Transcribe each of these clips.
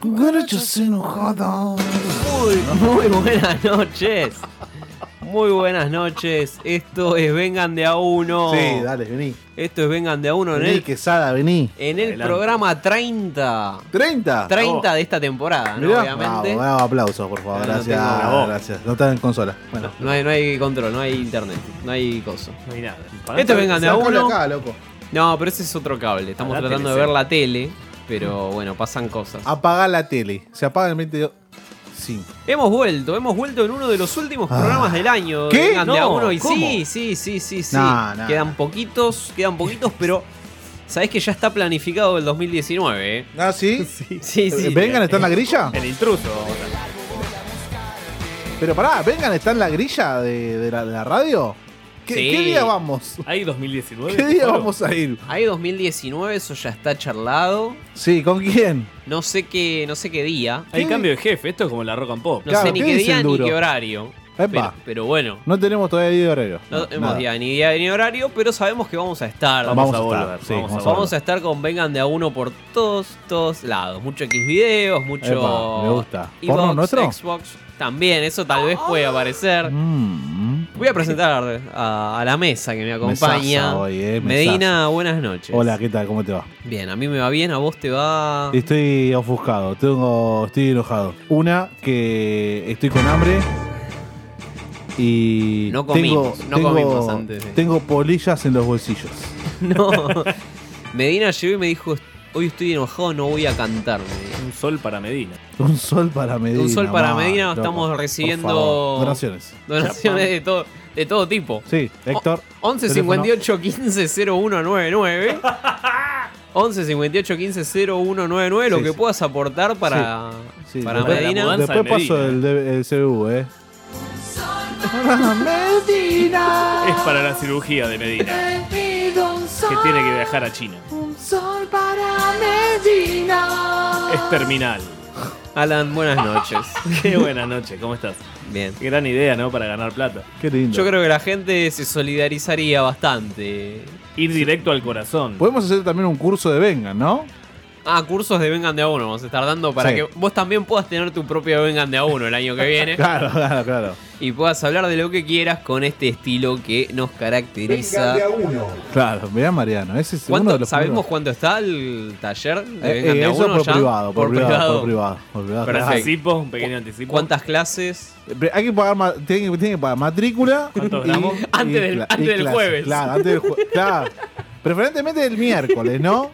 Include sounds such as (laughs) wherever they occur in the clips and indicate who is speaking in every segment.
Speaker 1: Cucarachas enojadas.
Speaker 2: Muy buenas noches. Muy buenas noches. Esto es Vengan de a uno.
Speaker 1: Sí, dale, vení.
Speaker 2: Esto es Vengan de a uno en
Speaker 1: Vení,
Speaker 2: Oh. el,
Speaker 1: quesada, vení.
Speaker 2: en el
Speaker 1: Adelante.
Speaker 2: programa 30.
Speaker 1: 30.
Speaker 2: 30 de esta temporada, ¿no?
Speaker 1: Mirá.
Speaker 2: obviamente.
Speaker 1: Bravo, bravo, aplausos, por favor.
Speaker 2: No, no
Speaker 1: gracias,
Speaker 2: tengo-
Speaker 1: bravo. gracias. No están en consola. Bueno.
Speaker 2: No hay, no hay control, no hay internet, no hay cosa.
Speaker 3: No hay nada.
Speaker 1: Este
Speaker 2: Esto es Vengan Ah, de a
Speaker 1: Sácalo
Speaker 2: uno.
Speaker 1: acá, loco.
Speaker 2: No, pero ese es otro cable. Estamos
Speaker 3: A la
Speaker 2: tratando de
Speaker 3: tele,
Speaker 2: ver
Speaker 3: sí.
Speaker 2: la tele, pero bueno, pasan cosas.
Speaker 1: Apaga la tele. Se apaga en 20 Sí.
Speaker 2: Hemos vuelto, hemos vuelto en uno de los últimos
Speaker 1: Ah.
Speaker 2: programas del año.
Speaker 1: ¿Qué?
Speaker 2: Vengan de a
Speaker 3: No,
Speaker 2: uno y
Speaker 3: ¿cómo?
Speaker 2: sí, sí, sí, sí, sí.
Speaker 1: Nah, nah.
Speaker 2: Quedan poquitos, quedan poquitos, pero sabés que ya está planificado el 2019, ¿eh?
Speaker 1: Ah, (laughs) sí.
Speaker 2: Sí, sí.
Speaker 1: Vengan, está en la grilla.
Speaker 3: El intruso. vamos a-
Speaker 1: Pero pará, vengan, está en la grilla de, de la, de la radio. ¿Qué,
Speaker 2: Sí.
Speaker 1: qué día vamos?
Speaker 3: ¿Hay 2019?
Speaker 1: (laughs) ¿Qué día
Speaker 3: Pablo?
Speaker 1: vamos a ir?
Speaker 2: Hay 2019, eso ya está charlado.
Speaker 1: Sí, ¿con quién?
Speaker 2: No sé qué, no sé qué día.
Speaker 3: Hay
Speaker 1: ¿Qué?
Speaker 3: cambio de jefe. Esto es como la rock and pop.
Speaker 2: No
Speaker 1: Claro,
Speaker 2: sé ni
Speaker 1: ¿qué
Speaker 2: qué
Speaker 1: dice
Speaker 2: día
Speaker 1: el
Speaker 2: ni
Speaker 1: duro?
Speaker 2: qué horario.
Speaker 1: Epa.
Speaker 2: Pero, pero bueno,
Speaker 1: No tenemos todavía día de horario.
Speaker 2: no hemos
Speaker 1: nada.
Speaker 2: día ni día ni horario, pero sabemos que vamos a estar.
Speaker 3: Vamos a volver,
Speaker 1: estar, sí,
Speaker 3: vamos a
Speaker 1: volver.
Speaker 2: Vamos a estar con Vengan de a uno por todos, todos lados. Mucho X videos, mucho.
Speaker 1: Epa, me gusta.
Speaker 2: Xbox,
Speaker 1: ¿Porno nuestro?
Speaker 2: Xbox. También, eso tal vez puede aparecer.
Speaker 1: Mm.
Speaker 2: Voy a presentar a, a la mesa que me acompaña.
Speaker 1: Mesaza hoy, eh,
Speaker 2: Medina, buenas noches.
Speaker 1: Hola, ¿qué tal? ¿Cómo te va?
Speaker 2: Bien, a mí me va bien, a vos te va.
Speaker 1: Estoy ofuscado, tengo, estoy enojado. Una, que estoy con hambre. Y.
Speaker 2: No comimos,
Speaker 1: tengo,
Speaker 2: no
Speaker 1: tengo-
Speaker 2: comimos antes, sí.
Speaker 1: Tengo polillas en los bolsillos.
Speaker 2: (laughs)
Speaker 1: (laughs)
Speaker 2: No. Medina llegó y me dijo: Hoy estoy enojado, no voy a cantar. me dijo.
Speaker 3: Un sol para Medina.
Speaker 1: Un sol para Medina.
Speaker 2: Un sol para
Speaker 1: man,
Speaker 2: Medina,
Speaker 1: loco.
Speaker 2: estamos
Speaker 1: Por
Speaker 2: recibiendo-
Speaker 1: favor, Donaciones.
Speaker 2: Donaciones de todo, de todo tipo.
Speaker 1: Sí, Héctor.
Speaker 2: 11 58 15
Speaker 1: (laughs)
Speaker 2: 0199 11 58 15 0199 Lo
Speaker 1: Sí,
Speaker 2: que
Speaker 1: sí.
Speaker 2: puedas aportar para,
Speaker 1: Sí,
Speaker 2: para
Speaker 1: después-
Speaker 2: Oh, Medina.
Speaker 3: mudanza
Speaker 1: Después
Speaker 3: de
Speaker 1: paso el,
Speaker 3: Medina.
Speaker 1: de- el CBU, eh. Medina.
Speaker 3: Es para la cirugía de Medina. Que tiene que viajar a China.
Speaker 4: Un sol para Medina.
Speaker 3: Es terminal.
Speaker 2: Alan,
Speaker 1: (laughs)
Speaker 2: buenas noches.
Speaker 3: Qué buena noche. ¿Cómo estás?
Speaker 2: Bien.
Speaker 3: Qué gran idea, ¿no? Para ganar plata.
Speaker 1: Qué lindo.
Speaker 2: Yo creo que la gente se solidarizaría bastante.
Speaker 3: Ir directo al corazón.
Speaker 1: Podemos hacer también un curso de
Speaker 2: (laughs)
Speaker 1: vengan, ¿no?
Speaker 2: Ah, cursos de Vengan de a uno vamos a estar dando para
Speaker 1: Sí.
Speaker 2: que vos también puedas tener tu propio Vengan de a uno el año que viene
Speaker 1: Claro, claro, claro.
Speaker 2: y puedas hablar de lo que quieras con este estilo que nos caracteriza.
Speaker 1: Claro, mirá Mariano, ese es uno de
Speaker 2: ¿Cuánto,
Speaker 1: los
Speaker 2: ¿Sabemos
Speaker 1: primeros.
Speaker 2: cuánto está el taller de
Speaker 1: Eh,
Speaker 2: Vengan
Speaker 1: eh,
Speaker 2: de a
Speaker 1: eso
Speaker 2: uno
Speaker 1: por
Speaker 2: ya?
Speaker 1: privado, por, privado, por privado, por privado.
Speaker 3: Pero
Speaker 2: Perfecto.
Speaker 3: anticipo, un pequeño anticipo.
Speaker 2: ¿Cuántas clases?
Speaker 1: Pero Hay que pagar, ma- tiene, que- tiene que pagar matrícula.
Speaker 3: ¿Cuántos gramos?
Speaker 2: Antes del-
Speaker 1: cla-
Speaker 2: antes del
Speaker 1: clase,
Speaker 2: jueves.
Speaker 1: Claro, antes del jue- claro. Preferentemente el miércoles, ¿no?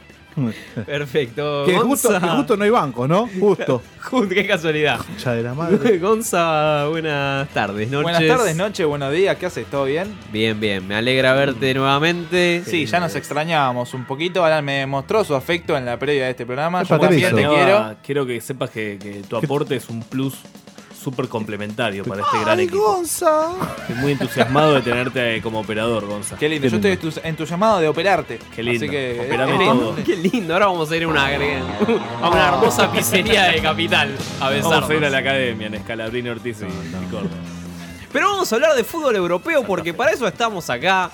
Speaker 2: Perfecto.
Speaker 1: Que justo,
Speaker 2: Gonza.
Speaker 1: que
Speaker 2: (laughs)
Speaker 1: justo no hay banco, ¿no? Justo.
Speaker 2: Just- Qué casualidad.
Speaker 1: Ya de la madre.
Speaker 2: Gonza, buenas tardes, noches.
Speaker 5: Buenas tardes, noche, buenos días, ¿qué haces? ¿Todo bien?
Speaker 2: Bien, bien, me alegra verte nuevamente.
Speaker 5: Sí, ya nos extrañábamos un poquito. Alan me mostró su afecto en la previa de este programa.
Speaker 1: Es
Speaker 5: Yo también
Speaker 1: patricio.
Speaker 5: te
Speaker 3: Nova,
Speaker 5: quiero.
Speaker 3: Quiero que sepas que, que tu aporte es un plus súper complementario para este gran equipo.
Speaker 1: Gonza!
Speaker 3: Estoy muy entusiasmado de tenerte eh, como operador, Gonza.
Speaker 5: Qué lindo.
Speaker 1: Qué
Speaker 5: Yo estoy tu- en tu llamado de operarte.
Speaker 3: Qué lindo.
Speaker 5: Así que eh,
Speaker 3: Operame
Speaker 5: es lindo.
Speaker 3: todo.
Speaker 2: Qué eh, lindo, ahora vamos a ir a una, (laughs) a una hermosa pizzería de Capital a
Speaker 3: Vamos a ir a
Speaker 2: besarnos.
Speaker 3: la academia en Escalabrini Ortiz y, y Córdoba.
Speaker 2: Pero vamos a hablar de fútbol europeo porque para eso estamos acá.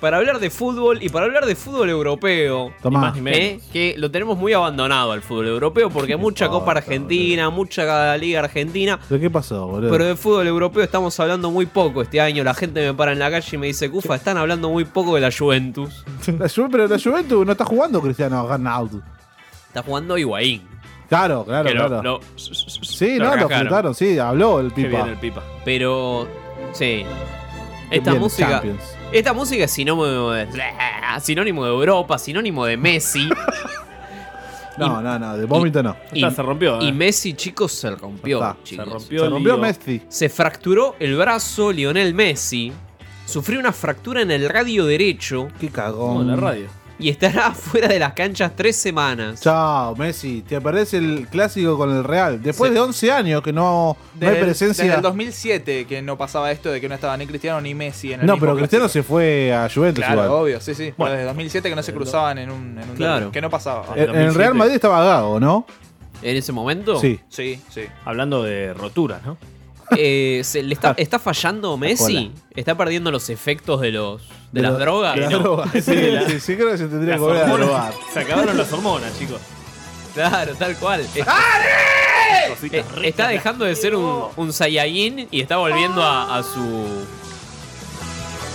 Speaker 2: Para hablar de fútbol y para hablar de fútbol europeo.
Speaker 3: Ni
Speaker 1: Tomá.
Speaker 3: más ni
Speaker 2: ¿eh?
Speaker 3: menos.
Speaker 2: Que lo tenemos muy abandonado al fútbol europeo porque mucha Copa
Speaker 1: importa,
Speaker 2: Argentina, mucha Liga Argentina.
Speaker 1: ¿Pero qué pasó, boludo?
Speaker 2: Pero de fútbol europeo estamos hablando muy poco este año. La gente me para en la calle y me dice, Cufa, están hablando muy poco de la Juventus.
Speaker 1: La Juve- pero la Juventus no está jugando Cristiano Ronaldo.
Speaker 2: Está jugando Higuaín.
Speaker 1: Claro, claro,
Speaker 2: Que lo-
Speaker 1: claro.
Speaker 2: lo-
Speaker 1: sí,
Speaker 2: lo
Speaker 1: no, lo
Speaker 2: rajaron.
Speaker 1: juntaron, sí, habló el
Speaker 3: Qué bien
Speaker 1: Pipa.
Speaker 3: el pipa.
Speaker 2: Pero, sí.
Speaker 1: Qué
Speaker 2: Esta
Speaker 1: bien,
Speaker 2: música...
Speaker 1: Champions.
Speaker 2: Esta eh,
Speaker 1: (laughs)
Speaker 2: música es sinónimo de, sinónimo de Europa, sinónimo de Messi.
Speaker 1: No, no, no, de vómito no.
Speaker 3: Ya está, se rompió,
Speaker 2: Y
Speaker 3: eh.
Speaker 2: Messi, chicos, se rompió.
Speaker 1: Ya está, se
Speaker 3: Se
Speaker 2: chicos.
Speaker 3: rompió,
Speaker 1: Se
Speaker 3: el
Speaker 1: rompió
Speaker 3: lío.
Speaker 1: Messi.
Speaker 2: Se fracturó el brazo Lionel Messi. Sufrió una fractura en el radio derecho
Speaker 1: Qué
Speaker 3: Como
Speaker 1: cagón.
Speaker 3: la radio.
Speaker 2: y estará (laughs) fuera de las canchas tres semanas.
Speaker 1: Chao, Messi. Te aparece el clásico con el Real. Después
Speaker 2: Sí.
Speaker 1: de 11 años que no, no hay
Speaker 5: Desde- Desde
Speaker 1: presencia.
Speaker 5: el 2007 que no pasaba esto de que no estaba ni Cristiano ni Messi en el
Speaker 1: No,
Speaker 5: mismo
Speaker 1: pero Cristiano
Speaker 5: clásico.
Speaker 1: se fue a Juventus
Speaker 5: Claro,
Speaker 1: igual.
Speaker 5: obvio, sí, sí. Pero
Speaker 3: Bueno.
Speaker 5: desde 2007 que no se cruzaban en un, en un
Speaker 2: Claro.
Speaker 5: derbi, Que no pasaba.
Speaker 3: Eh.
Speaker 1: En en el Real
Speaker 3: 2007.
Speaker 1: Madrid estaba Gago, ¿no?
Speaker 2: En ese momento,
Speaker 1: Sí.
Speaker 5: Sí, sí.
Speaker 3: Hablando de roturas, ¿no?
Speaker 2: eh, se- le está, está fallando Messi. Está perdiendo los efectos de los de,
Speaker 1: De
Speaker 2: las
Speaker 1: lo-
Speaker 2: drogas.
Speaker 3: de las
Speaker 2: No,
Speaker 3: drogas.
Speaker 1: Sí,
Speaker 3: Sí, la-
Speaker 1: sí, sí, creo que se tendría
Speaker 3: Las
Speaker 1: que volver a
Speaker 3: hormonas.
Speaker 1: drogar.
Speaker 3: Se acabaron las hormonas, chicos.
Speaker 2: Claro, tal cual. Es-
Speaker 3: Cositas
Speaker 2: eh,
Speaker 3: ricas.
Speaker 2: está dejando de ser un, un Saiyajin y está volviendo a, a su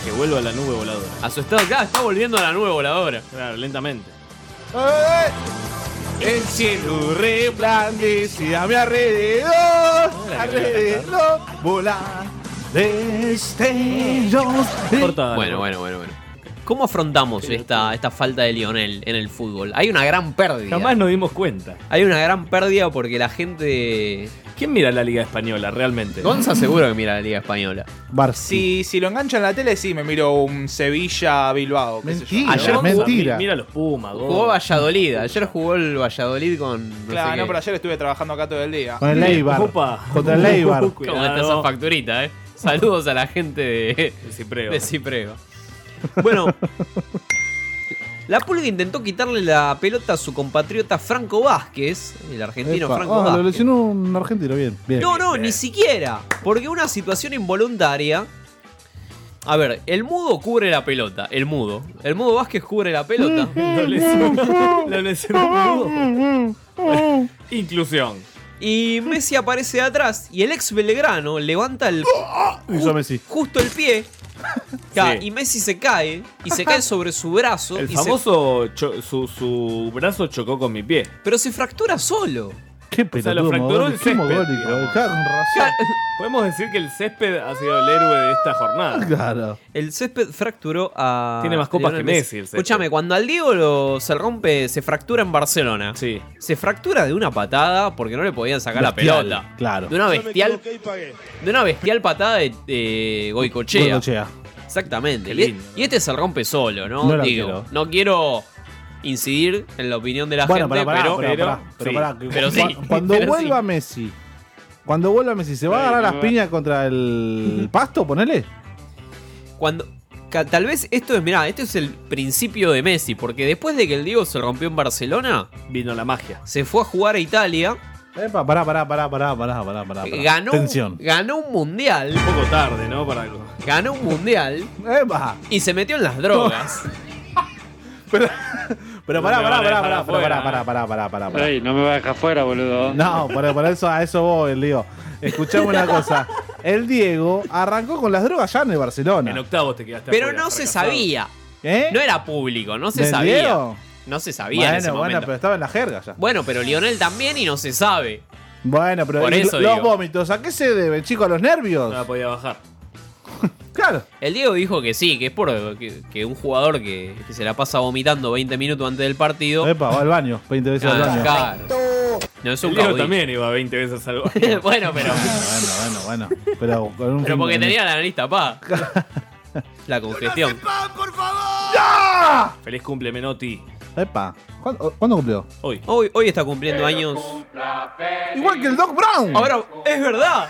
Speaker 3: Que vuelva a la nube voladora.
Speaker 2: a su estado. Claro, está volviendo a la nueva voladora.
Speaker 3: Claro, lentamente.
Speaker 1: El cielo resplandece a mi alrededor, alrededor, volar destellos.
Speaker 3: Corta.
Speaker 2: Bueno, bueno, bueno, bueno. ¿Cómo afrontamos esta, esta falta de Lionel en el fútbol? Hay una gran pérdida.
Speaker 3: Jamás nos dimos cuenta.
Speaker 2: Hay una gran pérdida porque la gente.
Speaker 3: ¿Quién mira la Liga Española realmente?
Speaker 2: Gonza seguro que mira la Liga Española.
Speaker 5: Si,
Speaker 1: Barci.
Speaker 5: si lo engancho en la tele, sí, me miro un Sevilla-Bilbao. qué sé yo.
Speaker 1: Mentira,
Speaker 3: Ayer
Speaker 2: Gonza,
Speaker 1: mentira.
Speaker 3: Mira los Pumas,
Speaker 2: Jugó
Speaker 3: Gonza.
Speaker 2: Valladolid. Ayer jugó el Valladolid con. No
Speaker 5: Claro,
Speaker 2: sé
Speaker 5: no,
Speaker 2: qué.
Speaker 5: pero ayer estuve trabajando acá todo el día.
Speaker 1: Con el Eibar.
Speaker 3: Opa.
Speaker 1: Contra el Eibar.
Speaker 3: (laughs) Cuidado.
Speaker 2: ¿Cómo está esa facturita, eh? Saludos a la gente de,
Speaker 3: El cipreo.
Speaker 2: de Cipreo. Bueno. La Pulga intentó quitarle la pelota a su compatriota Franco Vázquez, el argentino
Speaker 1: Epa.
Speaker 2: Franco
Speaker 1: Ah, lo
Speaker 2: Vázquez.
Speaker 1: lesionó un argentino, bien. bien.
Speaker 2: No, no, ni siquiera. Porque una situación involuntaria. A ver, el mudo cubre la pelota. El mudo. El mudo Vázquez cubre la pelota.
Speaker 3: Lo
Speaker 2: (laughs)
Speaker 3: lesionó. Lo lesionó. Inclusión.
Speaker 2: Y Messi aparece de atrás. Y el ex Belgrano levanta el,
Speaker 1: ¡Oh!
Speaker 2: uh.
Speaker 1: Hizo Messi.
Speaker 2: justo el
Speaker 3: (laughs)
Speaker 2: pie. Ca-
Speaker 3: Sí.
Speaker 2: Y Messi se cae. Y se cae sobre su brazo.
Speaker 3: El
Speaker 2: y se-
Speaker 3: famoso cho- su, su brazo chocó con mi pie.
Speaker 2: pero se fractura solo.
Speaker 1: Qué
Speaker 3: sea, lo
Speaker 1: pelotudo,
Speaker 3: fracturó el
Speaker 1: mogólico, qué
Speaker 3: césped,
Speaker 1: mogólico,
Speaker 3: digamos.
Speaker 1: Con razón.
Speaker 3: Podemos decir que el césped ha sido el héroe de esta jornada.
Speaker 1: Claro.
Speaker 2: El césped fracturó a.
Speaker 3: Tiene más copas
Speaker 2: Lionel
Speaker 3: que Messi, el césped.
Speaker 2: Escúchame, cuando al Diego lo- se rompe, se fractura en Barcelona.
Speaker 3: Sí.
Speaker 2: Se fractura de una patada porque no le podían sacar
Speaker 3: Bestial,
Speaker 2: la pelota.
Speaker 1: claro.
Speaker 2: De una bestial. De una bestial patada de, de Goicochea.
Speaker 1: Goicochea.
Speaker 2: Exactamente.
Speaker 3: Qué
Speaker 2: Y,
Speaker 3: lindo,
Speaker 2: y este se rompe solo, ¿no?
Speaker 1: No era
Speaker 2: Digo,
Speaker 1: arquero.
Speaker 2: no quiero incidir en la opinión de la
Speaker 1: Bueno,
Speaker 2: gente,
Speaker 1: pará,
Speaker 2: pero.
Speaker 1: pará, pará,
Speaker 3: pero-
Speaker 1: pará, pero
Speaker 3: sí.
Speaker 1: pará, que-
Speaker 2: Pero sí,
Speaker 1: cua- Cuando
Speaker 2: pero
Speaker 1: vuelva
Speaker 2: sí.
Speaker 1: Messi. Cuando vuelva Messi, ¿se va a
Speaker 3: Ay,
Speaker 1: agarrar las
Speaker 3: no.
Speaker 1: piñas contra el
Speaker 2: (laughs)
Speaker 1: pasto? Ponele.
Speaker 2: Cuando. ca- Tal vez esto es, mirá, esto es el principio de Messi, porque después de que el Diego se rompió en Barcelona,
Speaker 3: Vino la magia.
Speaker 2: se fue a jugar a Italia,
Speaker 1: Epa, pará, pará, pará, pará, pará, pará, pará. Ah, pará.
Speaker 2: ganó,
Speaker 1: Tensión.
Speaker 2: ganó un mundial,
Speaker 3: Un poco tarde, ¿no? Para algo.
Speaker 2: ganó un mundial
Speaker 1: Epa.
Speaker 2: y se metió en las
Speaker 1: (laughs)
Speaker 2: drogas.
Speaker 1: Pero, pero pará,
Speaker 3: No me
Speaker 1: pará,
Speaker 3: van a
Speaker 1: pará,
Speaker 3: dejar
Speaker 1: pará,
Speaker 3: afuera,
Speaker 1: pará,
Speaker 3: ¿eh?
Speaker 1: pará, pará, pará, pará, pará.
Speaker 6: Ey, no me va a dejar fuera, boludo.
Speaker 1: No, para, para eso, a eso voy, Leo. Escuchame una cosa. El Diego arrancó con las drogas ya en el
Speaker 3: En
Speaker 1: Barcelona.
Speaker 3: octavos te quedaste
Speaker 2: Pero
Speaker 3: afuera,
Speaker 2: no se
Speaker 3: fracasado.
Speaker 2: sabía.
Speaker 1: ¿Eh?
Speaker 2: No era público, no se
Speaker 1: ¿Del
Speaker 2: sabía.
Speaker 1: Diego?
Speaker 2: No se sabía en ese
Speaker 1: Bueno, bueno,
Speaker 2: momento.
Speaker 1: pero estaba en la jerga ya.
Speaker 2: Bueno, pero Lionel también y no se sabe.
Speaker 1: Bueno, pero
Speaker 2: Por
Speaker 1: y
Speaker 2: eso
Speaker 1: los
Speaker 2: digo.
Speaker 1: vómitos, ¿a qué se debe, chico? ¿A los
Speaker 3: No la
Speaker 1: nervios?
Speaker 3: podía bajar.
Speaker 1: Claro.
Speaker 2: El Diego dijo que sí, que es por que, que un jugador que, que se la pasa vomitando 20 minutos antes del partido.
Speaker 1: Epa, va al baño, 20 veces al
Speaker 2: Ah,
Speaker 1: baño.
Speaker 2: claro. No es un
Speaker 3: El Diego
Speaker 2: caudillo.
Speaker 3: también iba 20 veces al baño.
Speaker 2: (laughs) bueno, pero,
Speaker 1: Bueno, bueno, bueno. Pero, con un
Speaker 2: pero porque
Speaker 1: fin-
Speaker 2: tenía la nariz tapada. (laughs) La congestión.
Speaker 3: Feliz cumple, Menotti.
Speaker 1: Epa, ¿cuándo, cuándo cumplió?
Speaker 3: Hoy.
Speaker 2: Hoy, hoy está cumpliendo años.
Speaker 1: Igual que el Doc Brown.
Speaker 2: Ahora, es verdad.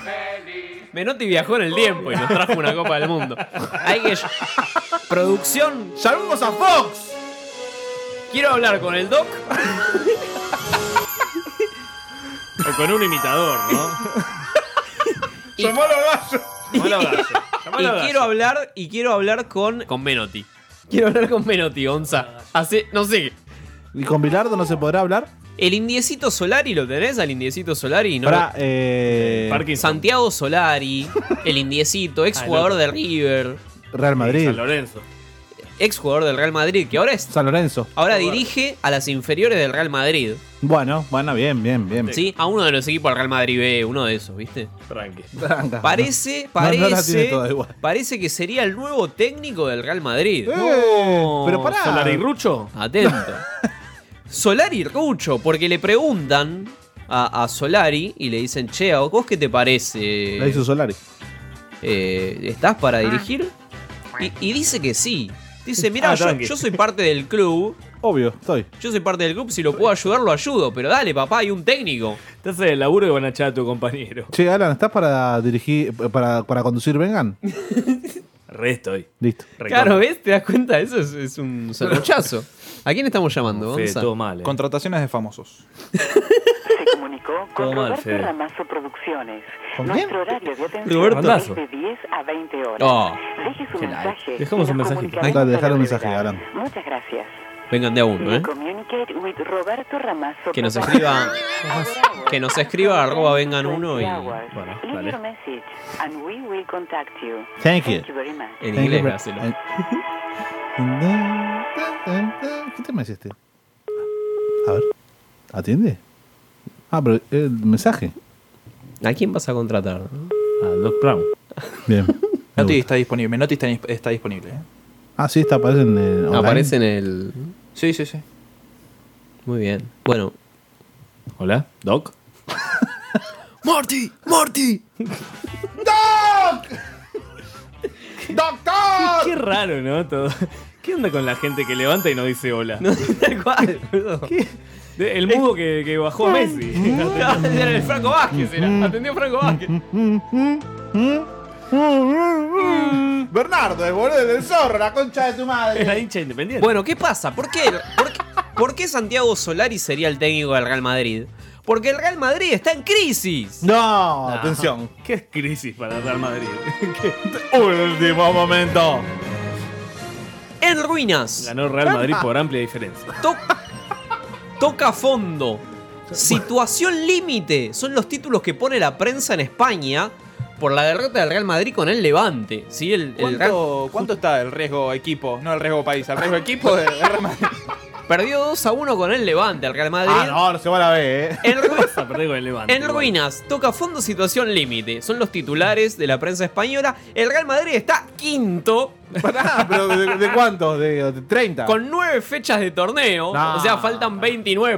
Speaker 2: Menotti viajó en el tiempo y nos trajo una Copa del Mundo. Hay que. Producción.
Speaker 1: ¡Saludos a Fox!
Speaker 2: Quiero hablar con el Doc.
Speaker 3: O con un imitador,
Speaker 2: (laughs)
Speaker 3: ¿no? (laughs)
Speaker 1: ¡Llamalo a gallo!
Speaker 3: Llamalo a Gallo.
Speaker 2: (laughs) Y
Speaker 3: Llamalo a Gallo.
Speaker 2: quiero hablar, y quiero hablar con. Con Menotti. Quiero hablar con Menotti, Gonza. Así, no sé.
Speaker 1: ¿Y con Bilardo no se podrá hablar?
Speaker 2: El Indiecito Solari, ¿lo tenés al Indiecito Solari? No
Speaker 1: Pará, eh.
Speaker 3: Parkinson.
Speaker 2: Santiago
Speaker 1: (laughs)
Speaker 2: Solari, el Indiecito,
Speaker 1: Ah,
Speaker 2: ex jugador de River,
Speaker 1: Real Madrid.
Speaker 3: San Lorenzo.
Speaker 2: ex jugador del Real Madrid, que ahora es.
Speaker 1: San Lorenzo.
Speaker 2: Ahora dirige a las inferiores del Real Madrid.
Speaker 1: Bueno, bueno, bien, bien, bien.
Speaker 2: ¿Sí? A uno de los equipos del Real Madrid B, uno de esos, ¿viste?
Speaker 3: Tranqui.
Speaker 1: Tranca.
Speaker 2: Parece,
Speaker 1: No, no la tiene
Speaker 2: parece,
Speaker 1: toda igual.
Speaker 2: parece que sería el nuevo técnico del Real Madrid.
Speaker 1: (laughs) Eh, pero pará. (laughs)
Speaker 3: ¿Solarirrucho?
Speaker 2: Atento. Solari Rucho, porque le preguntan a, a Solari y le dicen, che, ¿a vos qué te parece?
Speaker 1: La hizo Solari.
Speaker 2: Eh, ¿Estás para dirigir? Y, y dice que sí. Dice, mira,
Speaker 3: Ah,
Speaker 2: yo,
Speaker 3: tranqui.
Speaker 2: yo soy parte del club.
Speaker 1: Obvio, estoy.
Speaker 2: Yo soy parte del club. Si lo puedo ayudar, lo ayudo. Pero dale, papá, hay un técnico.
Speaker 3: Estás en el laburo y van a echar a tu compañero.
Speaker 1: Che, Alan, ¿estás para dirigir, para, para conducir Vengan?
Speaker 3: Re estoy.
Speaker 1: Listo.
Speaker 2: Claro, ¿ves? ¿Te das cuenta? Eso es, es un (laughs) serruchazo. ¿A quién estamos llamando?
Speaker 3: Fede,
Speaker 2: Gonza?
Speaker 3: todo mal. eh.
Speaker 5: Contrataciones de famosos.
Speaker 4: Se comunicó
Speaker 3: Todo
Speaker 4: con
Speaker 3: mal,
Speaker 4: Roberto
Speaker 3: Fede.
Speaker 4: Ramazo Producciones.
Speaker 1: ¿Con quién?
Speaker 4: Nuestro horario de atención
Speaker 3: Roberto.
Speaker 4: es de 10 a 20 horas.
Speaker 2: Oh,
Speaker 4: Deje su
Speaker 2: qué light.
Speaker 4: mensaje.
Speaker 3: Dejamos
Speaker 4: y
Speaker 3: un
Speaker 4: nos
Speaker 3: mensajito.
Speaker 4: comunicaremos
Speaker 1: Dale, dejar
Speaker 4: a la
Speaker 1: un mensaje,
Speaker 4: brevedad.
Speaker 1: Alan.
Speaker 4: Muchas gracias.
Speaker 2: Vengan de a uno, ¿eh?
Speaker 4: You communicate with Roberto Ramazo
Speaker 2: Que nos
Speaker 4: Producciones.
Speaker 2: escriba.
Speaker 4: Our
Speaker 2: que nos
Speaker 4: hours
Speaker 2: escriba
Speaker 4: are
Speaker 2: arroba
Speaker 4: 20
Speaker 2: vengan uno y-
Speaker 4: hours.
Speaker 3: bueno,
Speaker 4: Leave
Speaker 3: dale.
Speaker 4: your message and we will contact you.
Speaker 1: Thank you.
Speaker 4: you very much.
Speaker 2: En
Speaker 1: Thank you
Speaker 2: inglés,
Speaker 1: for-
Speaker 2: hacelo.
Speaker 1: (laughs) ¿Qué tema es este? A ver. ¿Atiende? Ah, pero el mensaje.
Speaker 2: ¿A quién vas a contratar?
Speaker 3: A Doc Brown.
Speaker 1: Bien. Me
Speaker 5: Noti
Speaker 1: gusta.
Speaker 5: está disponible. Noti está, está disponible. ¿eh?
Speaker 1: Ah, sí, está, aparece en el online.
Speaker 2: Aparece en el.
Speaker 5: Sí, sí, sí.
Speaker 2: Muy bien. Bueno.
Speaker 3: Hola, Doc.
Speaker 2: ¡Morty! ¡Morty!
Speaker 3: Qué raro, ¿no? Todo. (laughs) ¿Qué onda con la gente que levanta y no dice hola?
Speaker 2: (laughs) Tal cual, boludo. (laughs)
Speaker 3: De- El mudo que, que bajó a Messi.
Speaker 2: Era el Franco Vázquez, era. Atendió Franco Vázquez.
Speaker 1: Bernardo, el boludo del zorro, la concha de tu madre.
Speaker 3: Era hincha independiente.
Speaker 2: Bueno, ¿qué pasa? ¿Por qué, por, qué, por qué Santiago Solari sería el técnico del Real Madrid? Porque el Real Madrid está en crisis.
Speaker 1: No, atención.
Speaker 3: ¿Qué es crisis para Real Madrid? (laughs)
Speaker 1: Último momento.
Speaker 2: En ruinas.
Speaker 3: Ganó Real Madrid por amplia diferencia.
Speaker 2: To- toca fondo. Situación límite. Son los títulos que pone la prensa en España por la derrota del Real Madrid con el Levante. ¿Sí? El, el Real
Speaker 5: ¿Cuánto, cuánto está el riesgo equipo? No el riesgo país, el riesgo equipo de de Real
Speaker 1: (laughs)
Speaker 5: Madrid.
Speaker 2: perdió 2 a 1 con el Levante, el Real Madrid.
Speaker 1: Ah, no, no se va a la B, eh.
Speaker 2: En ru-
Speaker 3: Vas a perder con el Levante.
Speaker 2: En
Speaker 3: igual.
Speaker 2: ruinas, toca fondo situación límite. Son los titulares de la prensa española. El Real Madrid está quinto
Speaker 1: Pará, Ah, pero ¿de, de cuánto? ¿De, de 30?
Speaker 2: con nueve fechas de torneo.
Speaker 1: No.
Speaker 2: O sea, faltan 29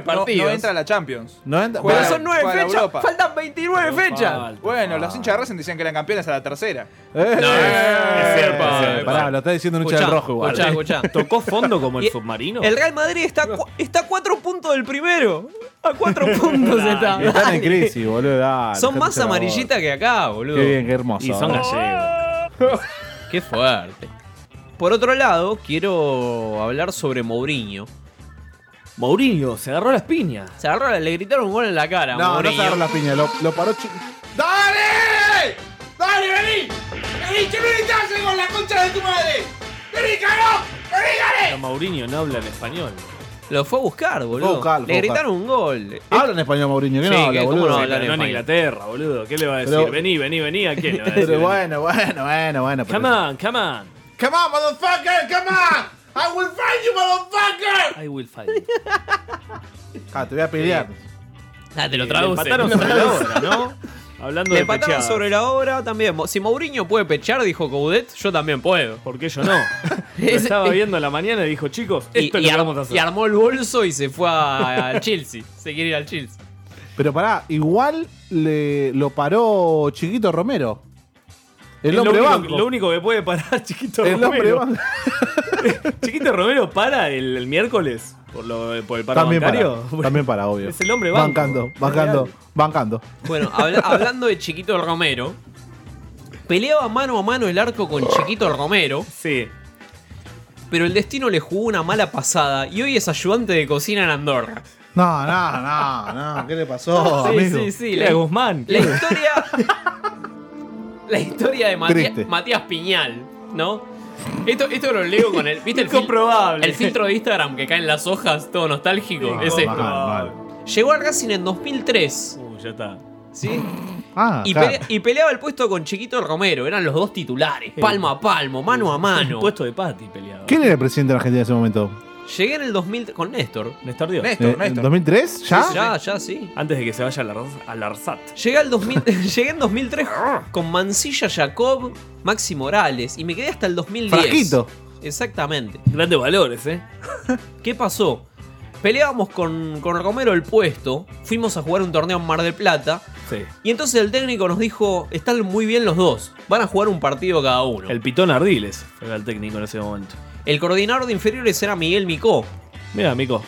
Speaker 5: No, no
Speaker 2: partidos.
Speaker 5: entra a la Champions.
Speaker 1: 90.
Speaker 5: Juega-
Speaker 2: Pero son nueve
Speaker 5: juega la
Speaker 2: fechas.
Speaker 5: Europa.
Speaker 2: Faltan 29
Speaker 3: No
Speaker 2: fechas.
Speaker 3: falta.
Speaker 5: Bueno, los hinchas de Racing decían que eran campeones a la tercera.
Speaker 1: Eh,
Speaker 3: es cierto, es cierto.
Speaker 1: Pará, lo está diciendo un hincha del
Speaker 2: eh, Escuchá,
Speaker 1: rojo igual.
Speaker 2: escuchá, escuchá.
Speaker 3: ¿Tocó fondo como
Speaker 2: Y-
Speaker 3: el submarino?
Speaker 2: El Real Madrid está, cua- está a cuatro puntos del primero. A
Speaker 1: (laughs)
Speaker 2: cuatro puntos está.
Speaker 1: Que Están en crisis, boludo. dale,
Speaker 2: Son
Speaker 1: gente
Speaker 2: más
Speaker 1: se la
Speaker 2: amarillitas que acá, boludo.
Speaker 1: bota. Qué bien, qué hermoso.
Speaker 3: Y son
Speaker 1: ¿no?
Speaker 3: gallegos.
Speaker 2: Qué fuerte. Por otro lado, quiero hablar sobre Mourinho.
Speaker 3: Mourinho se agarró las piñas.
Speaker 2: Se agarró, le gritaron un gol en la cara. a
Speaker 1: No, no se
Speaker 2: Mourinho.
Speaker 1: agarró la piña, lo, lo paró. chi- ¡Dale! ¡Dale, vení! ¡Vení, que gritaste con la concha de tu madre! ¡Vení, caro! ¡Vení, dale!
Speaker 3: Pero Mourinho no habla en español.
Speaker 2: Lo fue a buscar, boludo.
Speaker 1: buscar, lo fue
Speaker 2: le
Speaker 1: a buscar. Ah,
Speaker 2: gritaron un gol.
Speaker 1: Habla en español, Mourinho, que
Speaker 2: Sí,
Speaker 1: no habla,
Speaker 2: que cómo
Speaker 1: boludo.
Speaker 2: no
Speaker 3: Pero
Speaker 2: habla. en
Speaker 3: no en
Speaker 2: español.
Speaker 3: Inglaterra, boludo. ¿Qué le va a decir?
Speaker 1: Pero-
Speaker 3: Vení, vení, vení. ¿A quién le va a decir?
Speaker 1: (laughs) Pero bueno, bueno, bueno, bueno. pero-
Speaker 3: Come on, come on.
Speaker 1: Come on, motherfucker, come on! I will find you, motherfucker!
Speaker 3: I will fight you.
Speaker 1: Ah, te voy a pelear.
Speaker 2: Ah, (laughs) te lo
Speaker 3: Eh, Le
Speaker 2: traduce.
Speaker 3: empataron
Speaker 2: (laughs)
Speaker 3: sobre la hora, ¿no? Hablando
Speaker 2: Le
Speaker 3: de
Speaker 2: empataron
Speaker 3: pechadas.
Speaker 2: sobre la obra también. Mo- Si Mourinho puede pechar, dijo Coudet, yo también puedo.
Speaker 3: ¿Por qué
Speaker 2: (laughs)
Speaker 3: yo no? Lo
Speaker 2: Es-
Speaker 3: estaba viendo a la mañana y dijo, chicos,
Speaker 2: Y,
Speaker 3: esto es
Speaker 2: y
Speaker 3: lo que
Speaker 2: ar-
Speaker 3: vamos a
Speaker 2: y
Speaker 3: hacer.
Speaker 2: armó el bolso y se fue a- al Chelsea. Se quiere ir al Chelsea.
Speaker 1: Pero pará, igual le, lo paró Chiquito Romero. El
Speaker 3: Es
Speaker 1: hombre
Speaker 3: lo único,
Speaker 1: banco.
Speaker 3: Lo único que puede parar (laughs) Chiquito
Speaker 1: el hombre
Speaker 3: Romero.
Speaker 1: banco.
Speaker 3: (laughs) Chiquito Romero para el, el miércoles por, lo, por el paro
Speaker 1: También para,
Speaker 3: bancario.
Speaker 1: también para, obvio.
Speaker 3: Es el hombre banco.
Speaker 1: Bancando, bancando,
Speaker 3: Real.
Speaker 1: bancando.
Speaker 2: Bueno, habla- hablando de Chiquito Romero, peleaba mano a mano el arco con Chiquito Romero,
Speaker 3: (laughs) Sí.
Speaker 2: pero el destino le jugó una mala pasada y hoy es ayudante de cocina en Andorra.
Speaker 1: No, no, no, no. ¿Qué
Speaker 3: (laughs)
Speaker 1: le pasó,
Speaker 2: sí,
Speaker 1: Oh, amigo?
Speaker 2: sí, sí.
Speaker 3: Era
Speaker 2: La,
Speaker 3: Guzmán.
Speaker 2: la historia. la historia de Matías,
Speaker 1: Triste.
Speaker 2: Matías Piñal, ¿no? Esto, esto lo leo con el. ¿Viste el, fil-
Speaker 3: Incomprobable. (laughs)
Speaker 2: el filtro de Instagram que caen las hojas, todo nostálgico?
Speaker 1: No,
Speaker 2: es
Speaker 1: Ah, mal,
Speaker 2: esto.
Speaker 1: mal.
Speaker 2: Llegó al Racing en 2003,
Speaker 3: Uh, ya está.
Speaker 2: ¿sí?
Speaker 1: Ah,
Speaker 2: Y,
Speaker 1: claro.
Speaker 2: pelea- y peleaba el puesto con Chiquito Romero, eran los dos titulares, palmo a palmo, mano a mano.
Speaker 3: Puesto de Pati peleado.
Speaker 1: ¿Quién era el presidente de Argentina en ese momento?
Speaker 2: Llegué en el 2000 con Néstor.
Speaker 3: Néstor Dios.
Speaker 5: Néstor,
Speaker 1: Eh,
Speaker 5: Néstor.
Speaker 1: ¿2003? ¿Ya?
Speaker 2: Ya, ya, sí.
Speaker 3: Antes de que se vaya a la, a la Arsat.
Speaker 2: Llegué, al 2000, (laughs) llegué en 2003 con Mancilla Jacob, Maxi Morales y me quedé hasta el 2010.
Speaker 1: Frasquito.
Speaker 2: Exactamente.
Speaker 3: Grandes valores, ¿eh?
Speaker 2: ¿Qué pasó? Peleábamos con, con Romero el puesto, fuimos a jugar un torneo en Mar del Plata.
Speaker 3: Sí.
Speaker 2: Y entonces el técnico nos dijo: Están muy bien los dos, van a jugar un partido cada uno.
Speaker 3: El pitón Ardiles era el técnico en ese momento.
Speaker 2: El coordinador de inferiores era Miguel Micó.
Speaker 3: Mira, Mico.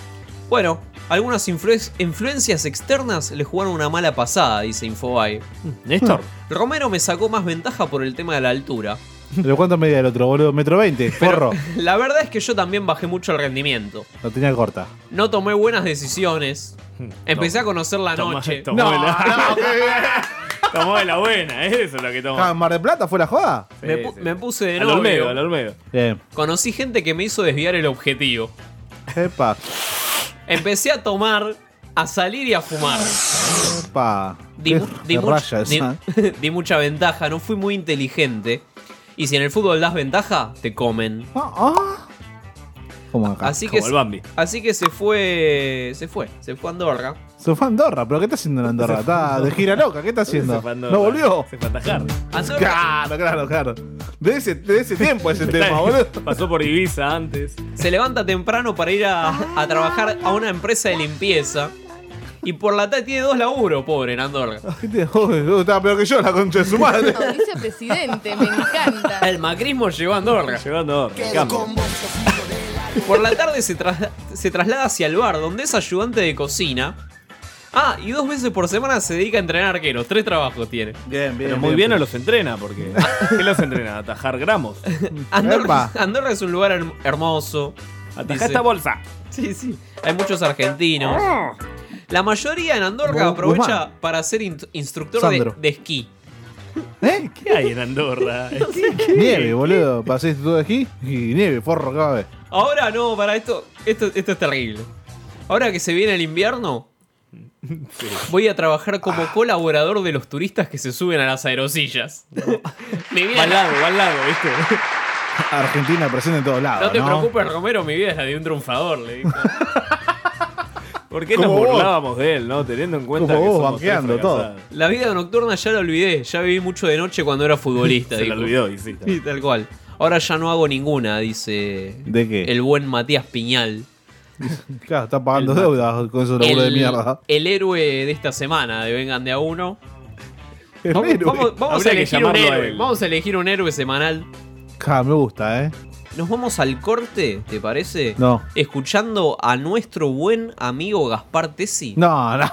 Speaker 2: Bueno, algunas influ- influencias externas le jugaron una mala pasada, dice Infobae.
Speaker 3: Néstor.
Speaker 2: Romero me sacó más ventaja por el tema de la altura.
Speaker 1: ¿Pero cuánto medía el otro, boludo? Metro 20, forro.
Speaker 2: La verdad es que yo también bajé mucho el rendimiento.
Speaker 1: Lo tenía corta.
Speaker 2: No tomé buenas decisiones.
Speaker 3: Hmm,
Speaker 2: Empecé a conocer la
Speaker 3: (laughs) Tomá-
Speaker 2: noche.
Speaker 3: tomó de la- (laughs) tomó de la buena, ¿eh? eso es lo que tomó.
Speaker 1: Ah, ¿en ¿Mar de Plata fue la joda?
Speaker 2: Me,
Speaker 3: Sí,
Speaker 2: pu-
Speaker 3: sí.
Speaker 2: me puse de
Speaker 3: Al Olmedo, al
Speaker 2: novio.
Speaker 3: Olmedo.
Speaker 1: Bien.
Speaker 2: Conocí gente que me hizo desviar el objetivo.
Speaker 1: Epa,
Speaker 2: Empecé a tomar, a salir y a fumar.
Speaker 1: epa.
Speaker 2: Di,
Speaker 1: Qué
Speaker 2: mu- di much-
Speaker 1: raya
Speaker 2: di-
Speaker 1: esa.
Speaker 2: (laughs) di mucha ventaja, no fui muy inteligente. Y si en el fútbol das ventaja, te comen.
Speaker 1: Ah, ah. ¿Cómo acá?
Speaker 2: Así que,
Speaker 3: Ah, Como el Bambi.
Speaker 2: así que se fue. Se fue. Se fue a Andorra.
Speaker 1: Se fue a Andorra, pero ¿qué está haciendo en Andorra? Está de gira loca, ¿qué está haciendo?
Speaker 3: Se fue a Andorra.
Speaker 1: ¿No volvió?
Speaker 3: Se fue a atajar.
Speaker 2: Andorra
Speaker 1: Claro, claro, claro. De ese, de ese tiempo ese tema, boludo.
Speaker 3: Pasó por Ibiza antes.
Speaker 2: se levanta temprano para ir a, a trabajar a una empresa de limpieza. Y por la tarde tiene dos laburos, pobre, en Andorra.
Speaker 1: ¿Qué te- Uy, uy, Estaba peor que yo la concha de su madre.
Speaker 7: vicepresidente, me encanta.
Speaker 2: El macrismo llegó a Andorra.
Speaker 3: Llegando a cambio.
Speaker 2: Por la tarde se, trasla- se traslada hacia el bar, donde es ayudante de cocina. Ah, y dos veces por semana se dedica a entrenar arqueros. Tres trabajos tiene.
Speaker 1: Bien, bien.
Speaker 3: Pero muy bien no los entrena, porque. ¿Qué los entrena? Atajar gramos.
Speaker 2: Andorra,
Speaker 1: Epa.
Speaker 2: Andorra es un lugar herm- hermoso.
Speaker 3: Ataja
Speaker 2: Dice-
Speaker 3: esta bolsa.
Speaker 2: Sí, sí. Hay muchos argentinos. La mayoría en Andorra
Speaker 1: Bu-
Speaker 2: aprovecha
Speaker 1: Ah. Guzmán.
Speaker 2: para ser in- instructor de,
Speaker 1: Sandro.
Speaker 2: de esquí.
Speaker 1: ¿Eh?
Speaker 3: ¿Qué hay en Andorra?
Speaker 1: Nieve, boludo. Pasé todo aquí y nieve, forro cada vez.
Speaker 2: Ahora no, para esto, esto, esto es terrible. Ahora que se viene el invierno, voy a trabajar
Speaker 1: Ah.
Speaker 2: como colaborador de los turistas que se suben a las
Speaker 1: (laughs)
Speaker 2: aerosillas. mi
Speaker 3: Va
Speaker 2: vida,
Speaker 3: al
Speaker 2: no,
Speaker 3: lado, va al lado, ¿viste?
Speaker 1: Argentina presente en todos lados. No
Speaker 2: te preocupes, Romero, mi vida es la de un triunfador, le
Speaker 1: (laughs)
Speaker 2: dijo.
Speaker 3: (laughs) ¿Por qué nos
Speaker 1: Como vos.
Speaker 3: burlábamos de él, no? Teniendo en cuenta
Speaker 1: Como
Speaker 3: que
Speaker 1: vos,
Speaker 3: somos tres
Speaker 1: banqueando
Speaker 3: fracasados.
Speaker 2: La vida nocturna ya la olvidé, ya viví mucho de noche cuando era futbolista.
Speaker 3: Se lo
Speaker 2: dijo.
Speaker 3: olvidó, y sí.
Speaker 2: Sí, tal cual. Ahora ya no hago ninguna, dice
Speaker 1: ¿De qué?
Speaker 2: el buen Matías Piñal.
Speaker 1: Claro, está pagando deudas con esos laburo de
Speaker 2: (laughs)
Speaker 1: mierda.
Speaker 2: el héroe de esta semana, de Vengan de a uno. Vamos,
Speaker 1: Héroe.
Speaker 2: vamos- vamos a
Speaker 3: Habría que
Speaker 2: elegir un
Speaker 3: llamarlo a
Speaker 2: héroe.
Speaker 3: él.
Speaker 2: Vamos a elegir un héroe semanal.
Speaker 1: Ja, me gusta, ¿eh?
Speaker 2: Nos vamos al corte, ¿te parece?
Speaker 1: No.
Speaker 2: Escuchando a nuestro buen amigo Gaspar Tesi
Speaker 1: No, no.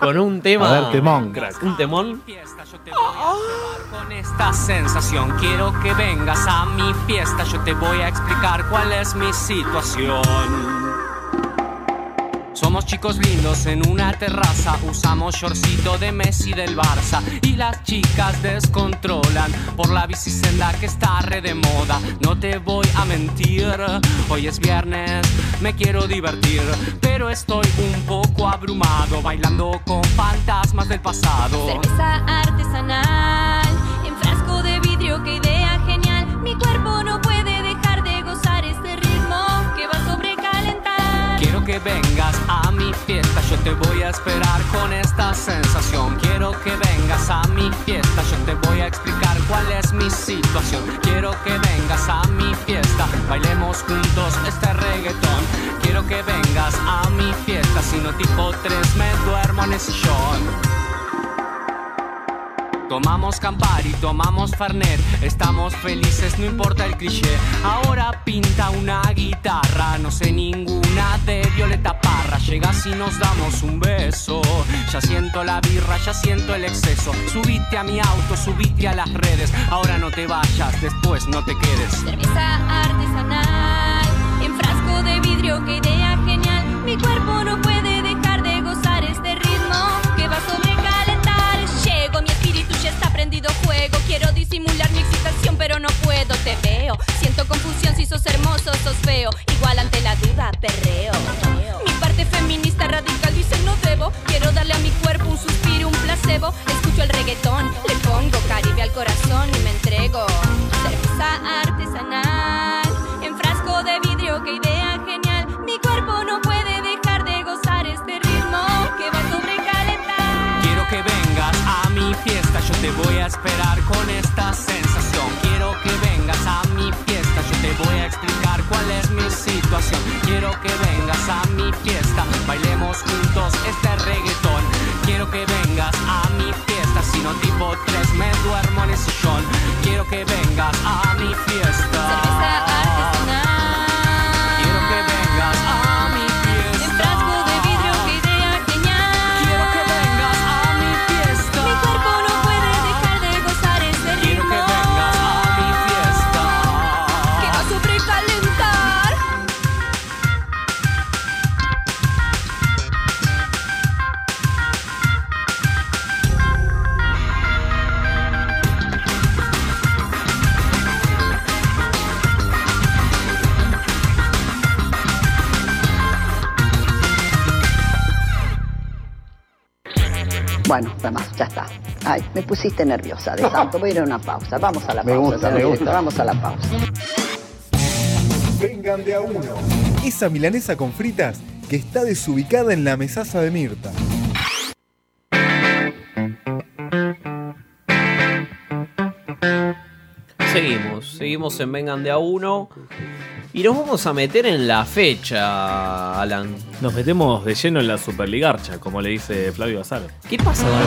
Speaker 2: con un tema.
Speaker 1: A ver, temón.
Speaker 2: Un temón.
Speaker 8: fiesta, yo te voy a llevar con esta sensación. Quiero que vengas a mi fiesta, yo te voy a explicar cuál es mi situación. Somos chicos lindos en una terraza, usamos shortcito de Messi del Barça y las chicas descontrolan por la bicisenda que está re de moda. No te voy a mentir, hoy es viernes, me quiero divertir, pero estoy un poco abrumado bailando con fantasmas del pasado.
Speaker 9: Cerveza artesanal, en frasco de vidrio, qué idea genial. Mi cuerpo no puede dejar de gozar este ritmo que va a sobrecalentar.
Speaker 8: Quiero que vengas a mi fiesta, yo te voy a esperar con esta sensación. Quiero que vengas a mi fiesta, yo te voy a explicar cuál es mi situación. Quiero que vengas a mi fiesta, bailemos juntos este reggaetón. Quiero que vengas a mi fiesta, si no tipo 3 me duermo en el sillón. Tomamos Campari, tomamos Fernet, estamos felices, no importa el cliché. Ahora pinta una guitarra, no sé ninguna de Violeta Parra. Llegas y nos damos un beso. Ya siento la birra, ya siento el exceso. Subite a mi auto, subite a las redes. Ahora no te vayas, después no te quedes.
Speaker 9: Cerveza artesanal, en frasco de vidrio, qué idea genial. Mi cuerpo no puede dejar de gozar este ritmo que va a sobrecalentar. Llego, mi espíritu ya está prendido fuego. Quiero disimular mi excitación, pero no puedo, te veo. Siento confusión si sos hermoso, sos feo. Igual ante la duda, perreo. Mi parte feminista radical dice no debo. Quiero darle a mi cuerpo un suspiro, un placebo. Escucho el reggaetón, le pongo caribe al corazón y me entrego. Cerveza artesanal, en frasco de vidrio, qué idea genial. Mi cuerpo no puede dejar de gozar este ritmo que va a sobrecalentar.
Speaker 8: Quiero que vengas a mi fiesta, yo te voy a esperar con esta sensación. Quiero que vengas a mi fiesta, yo te voy a explicar cuál es mi situación. Quiero que vengas vengas a mi fiesta, bailemos juntos este reggaetón. Quiero que vengas a mi fiesta, si no tipo tres me duermo en el sillón. Quiero que vengas a mi
Speaker 9: Cerveza
Speaker 8: fiesta.
Speaker 9: artesanal.
Speaker 8: Quiero que vengas a mi fiesta.
Speaker 9: En frasco de vidrio que idea genial.
Speaker 8: Quiero que vengas a mi fiesta.
Speaker 9: Mi cuerpo no puede dejar de gozar este
Speaker 8: Quiero
Speaker 9: ritmo.
Speaker 8: que vengas a mi fiesta.
Speaker 9: Que va a sobrecalentar.
Speaker 10: Bueno, Tomás, ya está. Ay, me pusiste nerviosa de
Speaker 1: (laughs)
Speaker 10: tanto. Voy a ir a una pausa. Vamos a la pausa, señor director, Vamos a la pausa.
Speaker 11: Vengan de a uno. Esa milanesa con fritas que está desubicada en la mesaza de Mirta.
Speaker 2: Seguimos, seguimos en Vengan de a uno. Y nos vamos a meter en la fecha, Alan.
Speaker 3: Nos metemos de lleno en la Superligarcha, como le dice Flavio Azaro.
Speaker 2: ¿Qué pasa con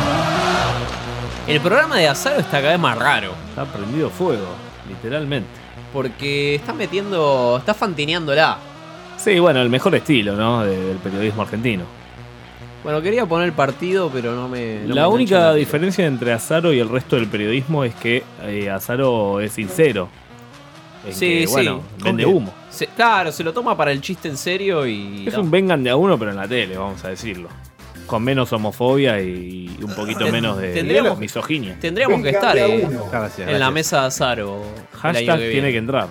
Speaker 2: el... el programa de Azaro está cada vez más raro.
Speaker 3: Está prendido fuego, literalmente.
Speaker 2: Porque está metiendo. está fantineándola.
Speaker 3: Sí, bueno, el mejor estilo, ¿no? de- Del periodismo argentino.
Speaker 2: Bueno, quería poner el partido, pero no me. Eh, no me
Speaker 3: la
Speaker 2: enganchó
Speaker 3: única
Speaker 2: nada.
Speaker 3: diferencia entre Azaro y el resto del periodismo es que eh, Azaro es sincero. En
Speaker 2: Sí,
Speaker 3: que,
Speaker 2: sí.
Speaker 3: Bueno, vende humo.
Speaker 2: Se- claro, se lo toma para el chiste en serio y.
Speaker 3: Es un vengan de a uno, pero en la tele, vamos a decirlo. Con menos homofobia y un poquito
Speaker 2: Ah, Ten-
Speaker 3: menos de
Speaker 2: tendríamos-
Speaker 3: misoginia.
Speaker 2: Tendríamos que estar eh, en
Speaker 3: Gracias,
Speaker 2: la
Speaker 3: gracias.
Speaker 2: mesa de Azaro. el año
Speaker 3: Hashtag
Speaker 2: viene.
Speaker 3: tiene que entrar.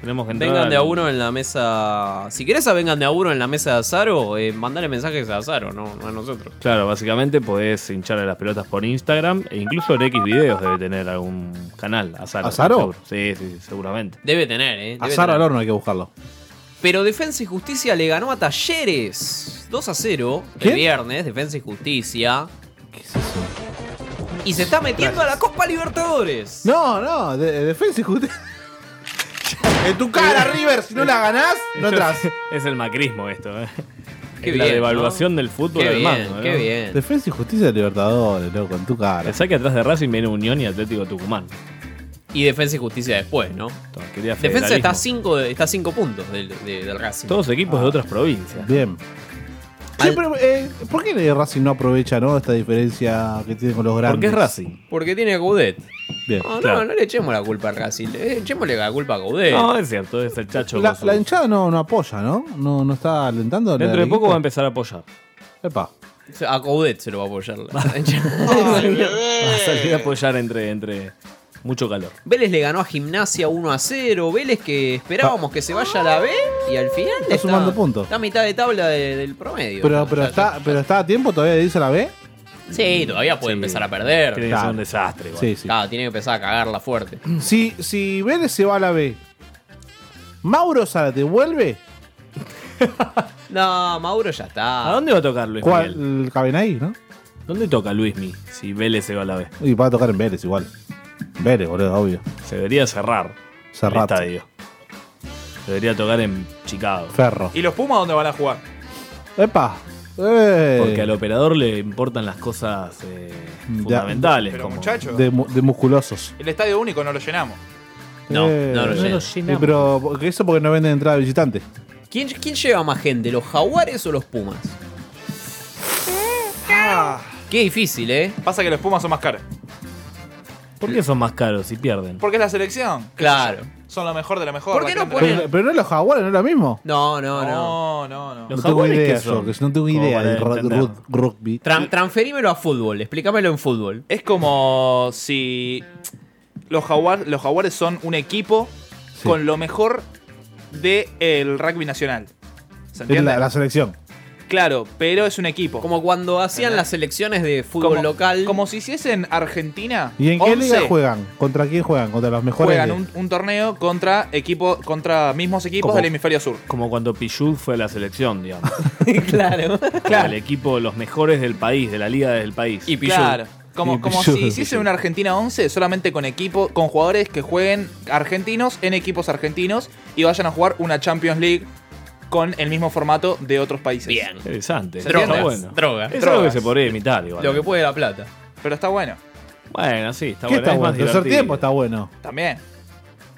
Speaker 3: Tenemos que entrar.
Speaker 2: Vengan de a
Speaker 3: al-
Speaker 2: uno en la mesa. Si querés a vengan de a uno en la mesa de Azaro, eh, mandale mensajes a Azaro, no, no a nosotros.
Speaker 3: Claro, básicamente podés hinchar a las pelotas por Instagram e incluso en X videos debe tener algún canal. Azaro.
Speaker 1: ¿Azaro?
Speaker 3: seguro. Sí, sí, sí, seguramente.
Speaker 2: Debe tener, ¿eh? debe
Speaker 1: Azar
Speaker 2: tener.
Speaker 1: al horno hay que buscarlo.
Speaker 2: Pero Defensa y Justicia le ganó a Talleres 2 a 0 el
Speaker 1: ¿Quién?
Speaker 2: viernes. Defensa y Justicia. Y se está metiendo a la Copa Libertadores.
Speaker 1: No, no, de- defensa y justicia. en tu cara, River, si no la ganás,
Speaker 5: (laughs)
Speaker 3: Esto
Speaker 1: no entras.
Speaker 3: es, (laughs) es el macrismo esto, ¿eh?
Speaker 2: Qué
Speaker 3: Es la
Speaker 2: bien,
Speaker 3: devaluación
Speaker 2: ¿no?
Speaker 3: del fútbol
Speaker 2: Qué
Speaker 3: al
Speaker 2: bien,
Speaker 3: mando, ¿no?
Speaker 2: qué bien.
Speaker 1: Defensa y justicia de Libertadores, loco, en tu cara.
Speaker 3: El saque atrás de Racing viene Unión y Atlético Tucumán.
Speaker 2: Y Defensa y Justicia después, ¿no?
Speaker 3: Entonces, quería
Speaker 2: Defensa está a
Speaker 3: federalismo.
Speaker 2: 5 está a cinco puntos del, de- del Racing.
Speaker 3: Todos equipos de otras provincias.
Speaker 1: Bien. Che, pero, eh, ¿Por qué eh, Racing no aprovecha ¿no? esta diferencia que tiene con los grandes?
Speaker 2: Porque es Racing. Porque tiene a Gaudet.
Speaker 1: Bien.
Speaker 2: No, no,
Speaker 1: claro.
Speaker 2: no le echemos la culpa a Racing. le- Echémosle la culpa a Gaudet.
Speaker 3: No, es cierto, es el chacho.
Speaker 1: La,
Speaker 3: con su-
Speaker 1: la hinchada no, no apoya, ¿no? ¿no? no está alentando. al
Speaker 3: Dentro de poco
Speaker 1: equipo.
Speaker 3: va a empezar a apoyar.
Speaker 1: Epa.
Speaker 2: A Gaudet se lo va a
Speaker 1: (laughs)
Speaker 2: apoyar. (laughs)
Speaker 3: Va a salir a apoyar entre, entre mucho calor.
Speaker 2: Vélez le ganó a Gimnasia 1 a 0. Vélez que esperábamos que se vaya a la B y al final está,
Speaker 1: Ah. sumando puntos.
Speaker 2: Está a mitad de tabla de- del promedio.
Speaker 1: Pero, pero, está, pero está a tiempo todavía de irse a la B.
Speaker 2: Sí, todavía puede empezar a perder.
Speaker 3: Tiene que ser un desastre. igual.
Speaker 1: Sí, sí.
Speaker 2: Claro, tiene que empezar a cagarla fuerte.
Speaker 1: Si, si Vélez se va a la B, Mauro Zárate vuelve.
Speaker 2: No, Mauro ya está.
Speaker 3: ¿A dónde va a tocar Luis Miguel?
Speaker 1: ¿Cuál? Cabenay, ¿no?
Speaker 3: ¿Dónde toca Luis Mi si Vélez se va a la B?
Speaker 1: Y va a tocar en Vélez igual. Vélez, boludo, obvio.
Speaker 3: Se debería cerrar el
Speaker 1: Cerrate.
Speaker 3: estadio. Debería tocar en Chicago.
Speaker 1: Ferro.
Speaker 5: ¿Y los Pumas dónde van a jugar?
Speaker 1: Epa. Eh,
Speaker 3: Porque al operador le importan las cosas eh,
Speaker 1: Ya.
Speaker 3: fundamentales.
Speaker 5: Pero
Speaker 3: como
Speaker 5: muchachos,
Speaker 1: de, mu- de musculosos.
Speaker 5: el estadio único no lo llenamos.
Speaker 2: No, no lo
Speaker 1: Eh,
Speaker 2: llena.
Speaker 1: Sí, pero porque- eso porque no venden entrada visitante.
Speaker 2: ¿Quién, ¿Quién lleva más gente, los jaguares o los pumas? Qué difícil, ¿eh?
Speaker 5: Pasa que los Pumas son más caros.
Speaker 3: ¿Por qué son más caros si pierden?
Speaker 5: Porque es la selección.
Speaker 2: Claro.
Speaker 5: Son lo mejor de lo mejor.
Speaker 2: ¿Por
Speaker 5: la
Speaker 2: qué
Speaker 5: crema
Speaker 2: no
Speaker 5: de la
Speaker 2: ponen-
Speaker 1: Pero, pero no los jaguares, no es lo mismo.
Speaker 2: No, no, no.
Speaker 5: No, no, no.
Speaker 3: Los
Speaker 1: no tengo
Speaker 3: jaguares
Speaker 1: idea
Speaker 3: que son.
Speaker 1: yo, que no tengo
Speaker 3: Como
Speaker 1: idea
Speaker 3: para
Speaker 1: del ru-
Speaker 3: entender.
Speaker 1: ru- rugby.
Speaker 2: Tran- transferímelo a fútbol, explícamelo en fútbol.
Speaker 5: Es como si los, jaguar- los jaguares son un equipo
Speaker 1: Sí.
Speaker 5: con lo mejor del rugby nacional. ¿Se
Speaker 1: Es
Speaker 5: entiende?
Speaker 1: la, la selección.
Speaker 5: Claro, pero es un equipo.
Speaker 2: Como cuando hacían las selecciones de fútbol
Speaker 5: Como-
Speaker 2: local. (laughs)
Speaker 5: Como si hiciesen Argentina.
Speaker 1: ¿Y en qué
Speaker 5: 11
Speaker 1: liga juegan? ¿Contra quién juegan? ¿Contra los mejores?
Speaker 5: Juegan
Speaker 1: de-
Speaker 5: un, un torneo contra equipo, contra mismos equipos
Speaker 3: Como-
Speaker 5: del hemisferio sur.
Speaker 3: Como cuando Pichud fue a la selección,
Speaker 1: (laughs)
Speaker 3: digamos.
Speaker 2: claro.
Speaker 3: claro. El equipo, los mejores del país, de la liga del país.
Speaker 2: Y Pichud.
Speaker 5: Claro. Como,
Speaker 1: Y
Speaker 5: como
Speaker 1: Pichu.
Speaker 5: si hiciesen una Argentina 11 solamente con equipo, con jugadores que jueguen argentinos en equipos argentinos y vayan a jugar una Champions League con el mismo formato de otros países. (laughs)
Speaker 2: Bien.
Speaker 3: Interesante.
Speaker 5: ¿Se entiende?
Speaker 3: Está bueno.
Speaker 2: Droga.
Speaker 3: Es algo que se podría imitar igual. ¿eh?
Speaker 2: Lo que puede la plata.
Speaker 5: Pero está bueno.
Speaker 3: Bueno, sí, está
Speaker 1: ¿Qué
Speaker 3: bueno.
Speaker 1: está
Speaker 3: es más
Speaker 1: bueno? Tercer
Speaker 3: divertido.
Speaker 1: tiempo está bueno.
Speaker 5: También.
Speaker 1: Eso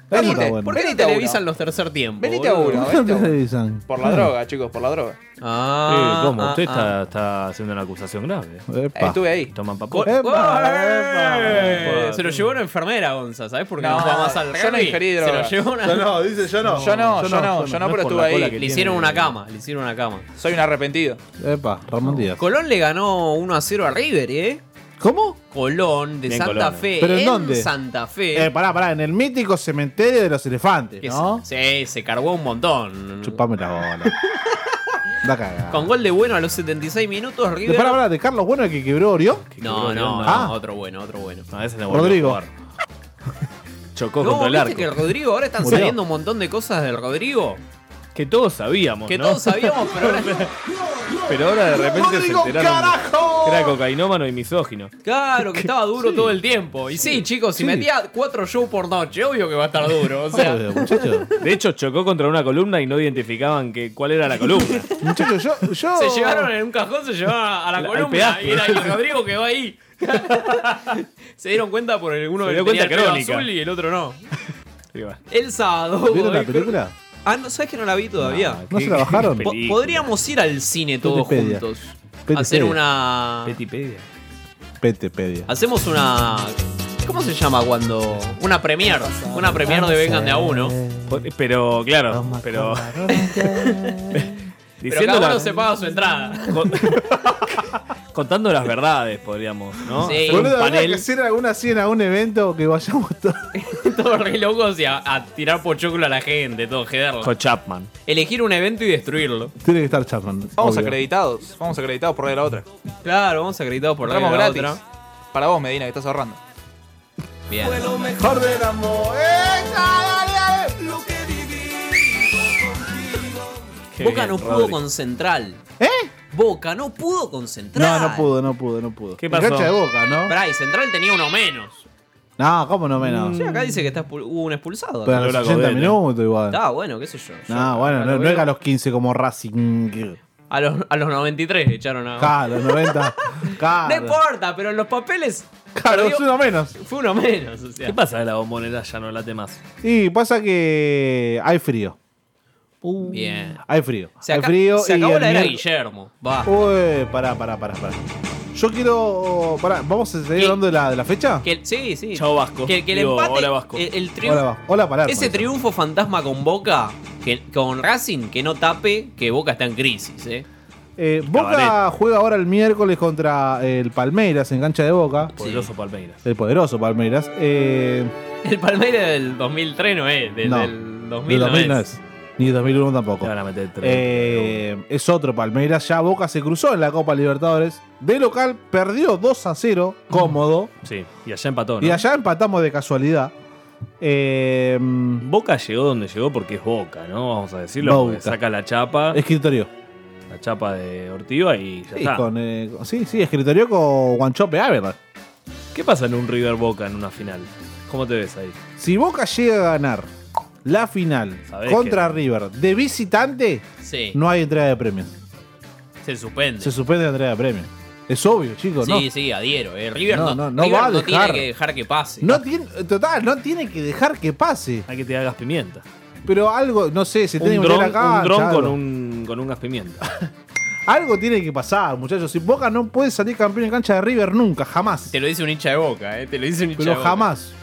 Speaker 2: ¿Por
Speaker 1: está
Speaker 2: qué-
Speaker 1: bueno.
Speaker 2: ¿Por qué no
Speaker 5: Venite a
Speaker 2: televisan los tercer tiempos?
Speaker 5: Venite a
Speaker 2: boludo?
Speaker 5: uno,
Speaker 1: ¿Por (laughs) qué no
Speaker 5: venite a uno.
Speaker 1: televisan?
Speaker 5: Por la
Speaker 1: Claro.
Speaker 5: droga, chicos, por la droga.
Speaker 2: Ah,
Speaker 3: Eh, ¿Cómo?
Speaker 2: ah,
Speaker 3: Usted
Speaker 2: ah.
Speaker 3: está, está haciendo una acusación grave.
Speaker 1: Epa.
Speaker 5: Estuve ahí.
Speaker 3: Toman
Speaker 2: Co-
Speaker 3: papel.
Speaker 1: Epa,
Speaker 2: ¡Eh!
Speaker 3: epa.
Speaker 2: Se lo llevó una enfermera, Gonza, ¿sabes? Porque
Speaker 5: No,
Speaker 2: no jugaba más al
Speaker 5: yo no
Speaker 2: rugby.
Speaker 5: ingerí
Speaker 2: Se
Speaker 5: droga.
Speaker 2: lo llevó una.
Speaker 4: Yo no, dice yo no.
Speaker 5: Yo no, yo no, yo no, pero
Speaker 3: no es por
Speaker 5: estuve
Speaker 3: la cola
Speaker 5: ahí.
Speaker 3: que-
Speaker 2: Le hicieron
Speaker 3: tiene-
Speaker 2: una cama, le hicieron una cama.
Speaker 5: Soy un arrepentido.
Speaker 1: Epa, Ramón Díaz.
Speaker 2: Colón le ganó 1 a 0 a River, ¿eh?
Speaker 1: ¿Cómo?
Speaker 2: Colón de
Speaker 3: Bien,
Speaker 2: Santa
Speaker 3: Colón, eh.
Speaker 2: Fe.
Speaker 1: ¿Pero en dónde?
Speaker 2: Santa Fe.
Speaker 1: Eh, pará, pará, en el mítico cementerio de los elefantes,
Speaker 2: Que
Speaker 1: ¿no?
Speaker 2: se- Sí, se cargó un montón.
Speaker 1: Chupame la bola. La cagada.
Speaker 2: Con gol de bueno a los 76 minutos,
Speaker 1: De,
Speaker 2: River.
Speaker 1: pará, pará, de Carlos Bueno el que quebró Orión.
Speaker 2: No, no, no,
Speaker 1: Ah.
Speaker 2: otro bueno, otro bueno.
Speaker 3: No, ese no volvió a
Speaker 2: (laughs)
Speaker 1: Rodrigo.
Speaker 3: jugar. Chocó
Speaker 2: No,
Speaker 3: contra el
Speaker 2: ¿viste
Speaker 3: arco.
Speaker 2: que el
Speaker 3: Que...
Speaker 2: Rodrigo ahora están
Speaker 1: Murió.
Speaker 2: saliendo un montón de cosas del Rodrigo
Speaker 3: todos sabíamos,
Speaker 2: que
Speaker 3: ¿no?
Speaker 2: todos sabíamos,
Speaker 3: (laughs)
Speaker 2: pero ahora
Speaker 3: Pero ahora de repente
Speaker 4: ¡Rodrigo,
Speaker 3: se enteraron
Speaker 4: carajo!
Speaker 3: que era cocainómano y misógino.
Speaker 2: Claro, que estaba duro todo el tiempo. Y sí, chicos, si
Speaker 1: sí.
Speaker 2: metía cuatro shows por noche, obvio que va a estar duro. O sea,
Speaker 1: Obvio, muchacho.
Speaker 3: De hecho, chocó contra una columna y no identificaban que, cuál era la columna.
Speaker 1: Muchacho, yo. yo...
Speaker 2: se llevaron en un cajón, se llevaron a la
Speaker 3: Al
Speaker 2: columna
Speaker 3: pedazo.
Speaker 2: y
Speaker 3: (laughs)
Speaker 2: era el Rodrigo que va ahí. (laughs) se dieron cuenta por el uno
Speaker 3: Se
Speaker 2: que
Speaker 3: dio
Speaker 2: tenía el
Speaker 3: cuenta
Speaker 2: pelo
Speaker 3: Crónica.
Speaker 2: azul y el otro no.
Speaker 3: Sí, va.
Speaker 2: El sábado.
Speaker 1: ¿Vieron la
Speaker 2: eh,
Speaker 1: película?
Speaker 2: Ah, no, sabes que no la vi todavía.
Speaker 1: ¿No se la bajaron?
Speaker 2: Po-
Speaker 3: película.
Speaker 2: Podríamos ir al cine todos
Speaker 1: Petipedia.
Speaker 2: juntos.
Speaker 1: Petipedia.
Speaker 2: Hacer una.
Speaker 3: Petipedia.
Speaker 1: Petepedia.
Speaker 2: Hacemos una. ¿Cómo se llama cuando.? Una premier. Una premier de Vengan de a uno.
Speaker 3: Po- Pero, claro, pero. (laughs)
Speaker 2: Pero cada
Speaker 3: Diciendo
Speaker 2: uno
Speaker 3: las-
Speaker 2: se paga su entrada.
Speaker 3: con- contando las verdades, podríamos, ¿no?
Speaker 2: Sí.
Speaker 3: Hacer un
Speaker 1: Boludo, habría que
Speaker 3: panel.
Speaker 1: hacer alguna cena, algún evento que vayamos todos.
Speaker 2: (laughs) Todos re locos y a, a tirar pochoclo a la gente, todo, jederlo.
Speaker 3: Con Chapman.
Speaker 2: Elegir un evento y destruirlo.
Speaker 1: Tiene que estar Chapman.
Speaker 5: Vamos
Speaker 1: obvio.
Speaker 5: acreditados. Vamos acreditados por ahí a la otra.
Speaker 2: Claro, vamos a gritar por la
Speaker 5: Entramos
Speaker 2: la
Speaker 5: gratis.
Speaker 2: otra.
Speaker 5: Para vos, Medina, que estás ahorrando.
Speaker 2: Bien.
Speaker 4: Mejor del amor. ¡Eh, dale, dale!
Speaker 3: Qué
Speaker 2: Boca
Speaker 3: bien,
Speaker 2: no pudo
Speaker 3: Rodri.
Speaker 2: con Central.
Speaker 1: ¿Eh?
Speaker 2: Boca no pudo con Central.
Speaker 1: No, no pudo, no pudo, no pudo.
Speaker 3: ¿Qué pasó?
Speaker 1: Cancha de boca, ¿no?
Speaker 2: Pará, y Central tenía uno menos.
Speaker 1: No, ¿cómo no menos?
Speaker 2: Sí, acá dice que está expul- hubo un expulsado.
Speaker 1: Ah. Pero a los
Speaker 3: Lola
Speaker 1: 80
Speaker 3: Godet, ¿eh?
Speaker 1: minutos igual.
Speaker 2: Está bueno, qué sé yo. Yo
Speaker 1: No, bueno,
Speaker 2: acá
Speaker 1: no,
Speaker 2: lo
Speaker 1: no
Speaker 2: veo.
Speaker 1: era a los 15 como Racing.
Speaker 2: A los, a los 93 echaron a. (laughs)
Speaker 1: Claro, 90.
Speaker 2: No
Speaker 1: Claro.
Speaker 2: importa, pero en los papeles.
Speaker 1: Ah, Claro,
Speaker 2: perdió-
Speaker 1: es uno menos.
Speaker 2: Fue uno menos, o sea.
Speaker 3: ¿Qué pasa de la bombonera ya no late más?
Speaker 1: Y pasa que hay frío.
Speaker 2: Bien.
Speaker 1: Hay frío.
Speaker 2: Uh. Se,
Speaker 1: hay
Speaker 2: aca-
Speaker 1: frío.
Speaker 2: se
Speaker 1: y
Speaker 2: acabó
Speaker 1: el Uh.
Speaker 2: la era
Speaker 1: miércoles-
Speaker 2: Guillermo. Va.
Speaker 1: Uy, pará, pará, pará, pará. Yo quiero. Pará, ¿vamos a seguir
Speaker 2: ¿Qué?
Speaker 1: hablando de la, de la fecha?
Speaker 2: Que el- sí, sí.
Speaker 3: Chao, Vasco.
Speaker 2: Que, que el
Speaker 3: Digo,
Speaker 2: empate. eh,
Speaker 3: hola, Vasco.
Speaker 2: El, el triunfo.
Speaker 1: Hola, va. Hola, pará.
Speaker 2: Ese triunfo fantasma con Boca, que, con Racing, que no tape que Boca está en crisis, ¿eh?
Speaker 1: Eh, Boca
Speaker 3: Cabaret.
Speaker 1: juega ahora el miércoles contra el Palmeiras en cancha de Boca.
Speaker 3: Poderoso Palmeiras.
Speaker 1: El poderoso Palmeiras. Eh,
Speaker 2: El Palmeiras del 2003 no es, desde
Speaker 1: No.
Speaker 2: el
Speaker 1: ni
Speaker 2: 2000 no
Speaker 1: 2000 no
Speaker 2: es.
Speaker 1: es, Ni 2001 tampoco.
Speaker 3: Te van a meter tres.
Speaker 1: Eh, es otro Palmeiras. Ya Boca se cruzó en la Copa Libertadores. De local perdió 2 a 0, cómodo.
Speaker 3: Sí, y allá empató. ¿no?
Speaker 1: Y allá empatamos de casualidad. Eh,
Speaker 3: Boca llegó donde llegó porque es Boca, ¿no? Vamos a decirlo.
Speaker 1: Boca.
Speaker 3: porque Saca la chapa,
Speaker 1: escritorio.
Speaker 3: la chapa de Ortiva y ya
Speaker 1: Sí,
Speaker 3: está.
Speaker 1: con, eh, con- sí, sí, escritorio con Guanchope Ávila.
Speaker 3: ¿Qué pasa en un River Boca en una final? ¿Cómo te ves ahí?
Speaker 1: Si Boca llega a ganar la final
Speaker 3: Sabés
Speaker 1: contra River de visitante,
Speaker 2: Sí,
Speaker 1: no hay entrega de premios.
Speaker 2: se suspende.
Speaker 1: Se suspende la entrega de premios. Es obvio, chicos, ¿no?
Speaker 2: sí, sí, adhiero. eh. River
Speaker 1: No,
Speaker 2: no,
Speaker 1: no, no
Speaker 2: River
Speaker 1: va a
Speaker 2: no tiene
Speaker 1: dejar.
Speaker 2: que dejar que pase.
Speaker 1: No tiene, total, no tiene que dejar que pase.
Speaker 3: Hay que te hagas pimienta.
Speaker 1: Pero algo, no sé, se tiene
Speaker 3: Un
Speaker 1: que meter
Speaker 3: dron,
Speaker 1: la cancha.
Speaker 3: un dron con
Speaker 1: algo.
Speaker 3: un, con un gas
Speaker 2: (laughs)
Speaker 3: pimienta.
Speaker 1: Algo tiene que pasar, muchachos. Si Boca no puede salir campeón en cancha de River nunca, jamás.
Speaker 2: Te lo dice un hincha de Boca, ¿eh? Te lo dice un hincha de
Speaker 1: Pero
Speaker 2: Boca.
Speaker 1: jamás.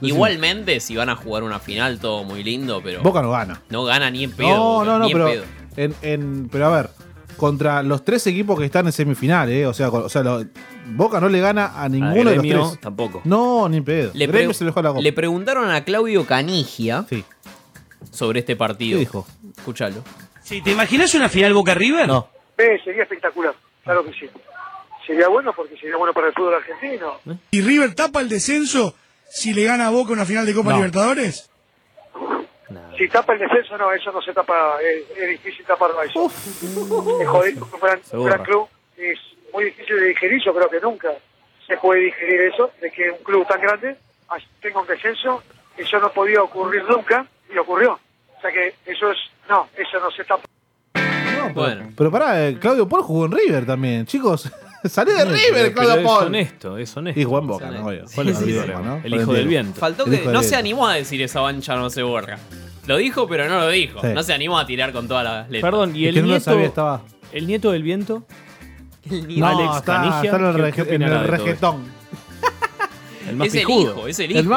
Speaker 2: Igualmente, si van a jugar una final, todo muy lindo, pero
Speaker 1: Boca no gana.
Speaker 2: no gana ni en pedo.
Speaker 1: No,
Speaker 2: Boca,
Speaker 1: no, no,
Speaker 2: ni en
Speaker 1: pero.
Speaker 2: pedo.
Speaker 1: En, en- pero a ver, contra los tres equipos que están en semifinal, ¿eh? O sea, con- o sea lo- Boca no le gana a
Speaker 3: A
Speaker 1: ninguno de los
Speaker 3: Gremio,
Speaker 1: tres.
Speaker 3: tampoco.
Speaker 1: No, ni pedo.
Speaker 2: Le,
Speaker 1: Gremio
Speaker 2: pregu-
Speaker 1: se le dejó la copa.
Speaker 2: le preguntaron a Claudio Canigia
Speaker 1: Sí.
Speaker 2: sobre este
Speaker 1: ¿Qué
Speaker 2: partido.
Speaker 1: dijo?
Speaker 2: Escuchalo.
Speaker 8: Si te imaginas una final Boca River,
Speaker 1: No.
Speaker 12: Eh, sería espectacular, claro que sí. Sería bueno porque sería bueno para el fútbol argentino.
Speaker 4: ¿Y River tapa el descenso si le gana a Boca una final de Copa
Speaker 3: No.
Speaker 4: Libertadores?
Speaker 12: Si tapa el descenso, no, eso no se tapa, es, es difícil taparlo a eso. Es jodido, un gran,
Speaker 3: Se
Speaker 12: un gran
Speaker 3: borra.
Speaker 12: club es muy difícil de digerir, yo creo que nunca se puede digerir eso, de que un club tan grande as- tenga un descenso, eso no podía ocurrir nunca y ocurrió. O sea que eso es, no, eso no se tapa.
Speaker 1: pero, pero pará, eh, Claudio Paul jugó en River también, chicos. (laughs) Salió de
Speaker 3: No,
Speaker 1: River,
Speaker 3: pero-
Speaker 1: Claudio
Speaker 3: pero
Speaker 1: Paul.
Speaker 3: Es honesto, es honesto.
Speaker 1: Y Juan Boca,
Speaker 3: Es
Speaker 1: ¿no? Obvio.
Speaker 3: honesto.
Speaker 1: Fue el
Speaker 3: Sí, sí,
Speaker 1: olvidó,
Speaker 3: sí.
Speaker 1: ¿no? Fue
Speaker 3: El hijo del viento.
Speaker 2: Faltó
Speaker 1: El
Speaker 2: que
Speaker 1: hijo
Speaker 2: no
Speaker 1: del
Speaker 2: se animó a decir esa bancha no se borra. Lo dijo, pero no lo dijo.
Speaker 1: Sí.
Speaker 2: No se animó a tirar con todas las letras.
Speaker 3: Perdón, ¿y
Speaker 1: Es
Speaker 3: el
Speaker 1: que no lo
Speaker 3: nieto?
Speaker 1: sabía, estaba-
Speaker 3: ¿El nieto del viento?
Speaker 1: No, está- está en el
Speaker 3: ¿Qué-
Speaker 1: rege-
Speaker 3: qué
Speaker 1: en
Speaker 3: opinará
Speaker 1: el
Speaker 3: de todo
Speaker 1: rejetón.
Speaker 3: esto? El más
Speaker 2: es
Speaker 3: pijudo.
Speaker 2: el hijo, es el hijo.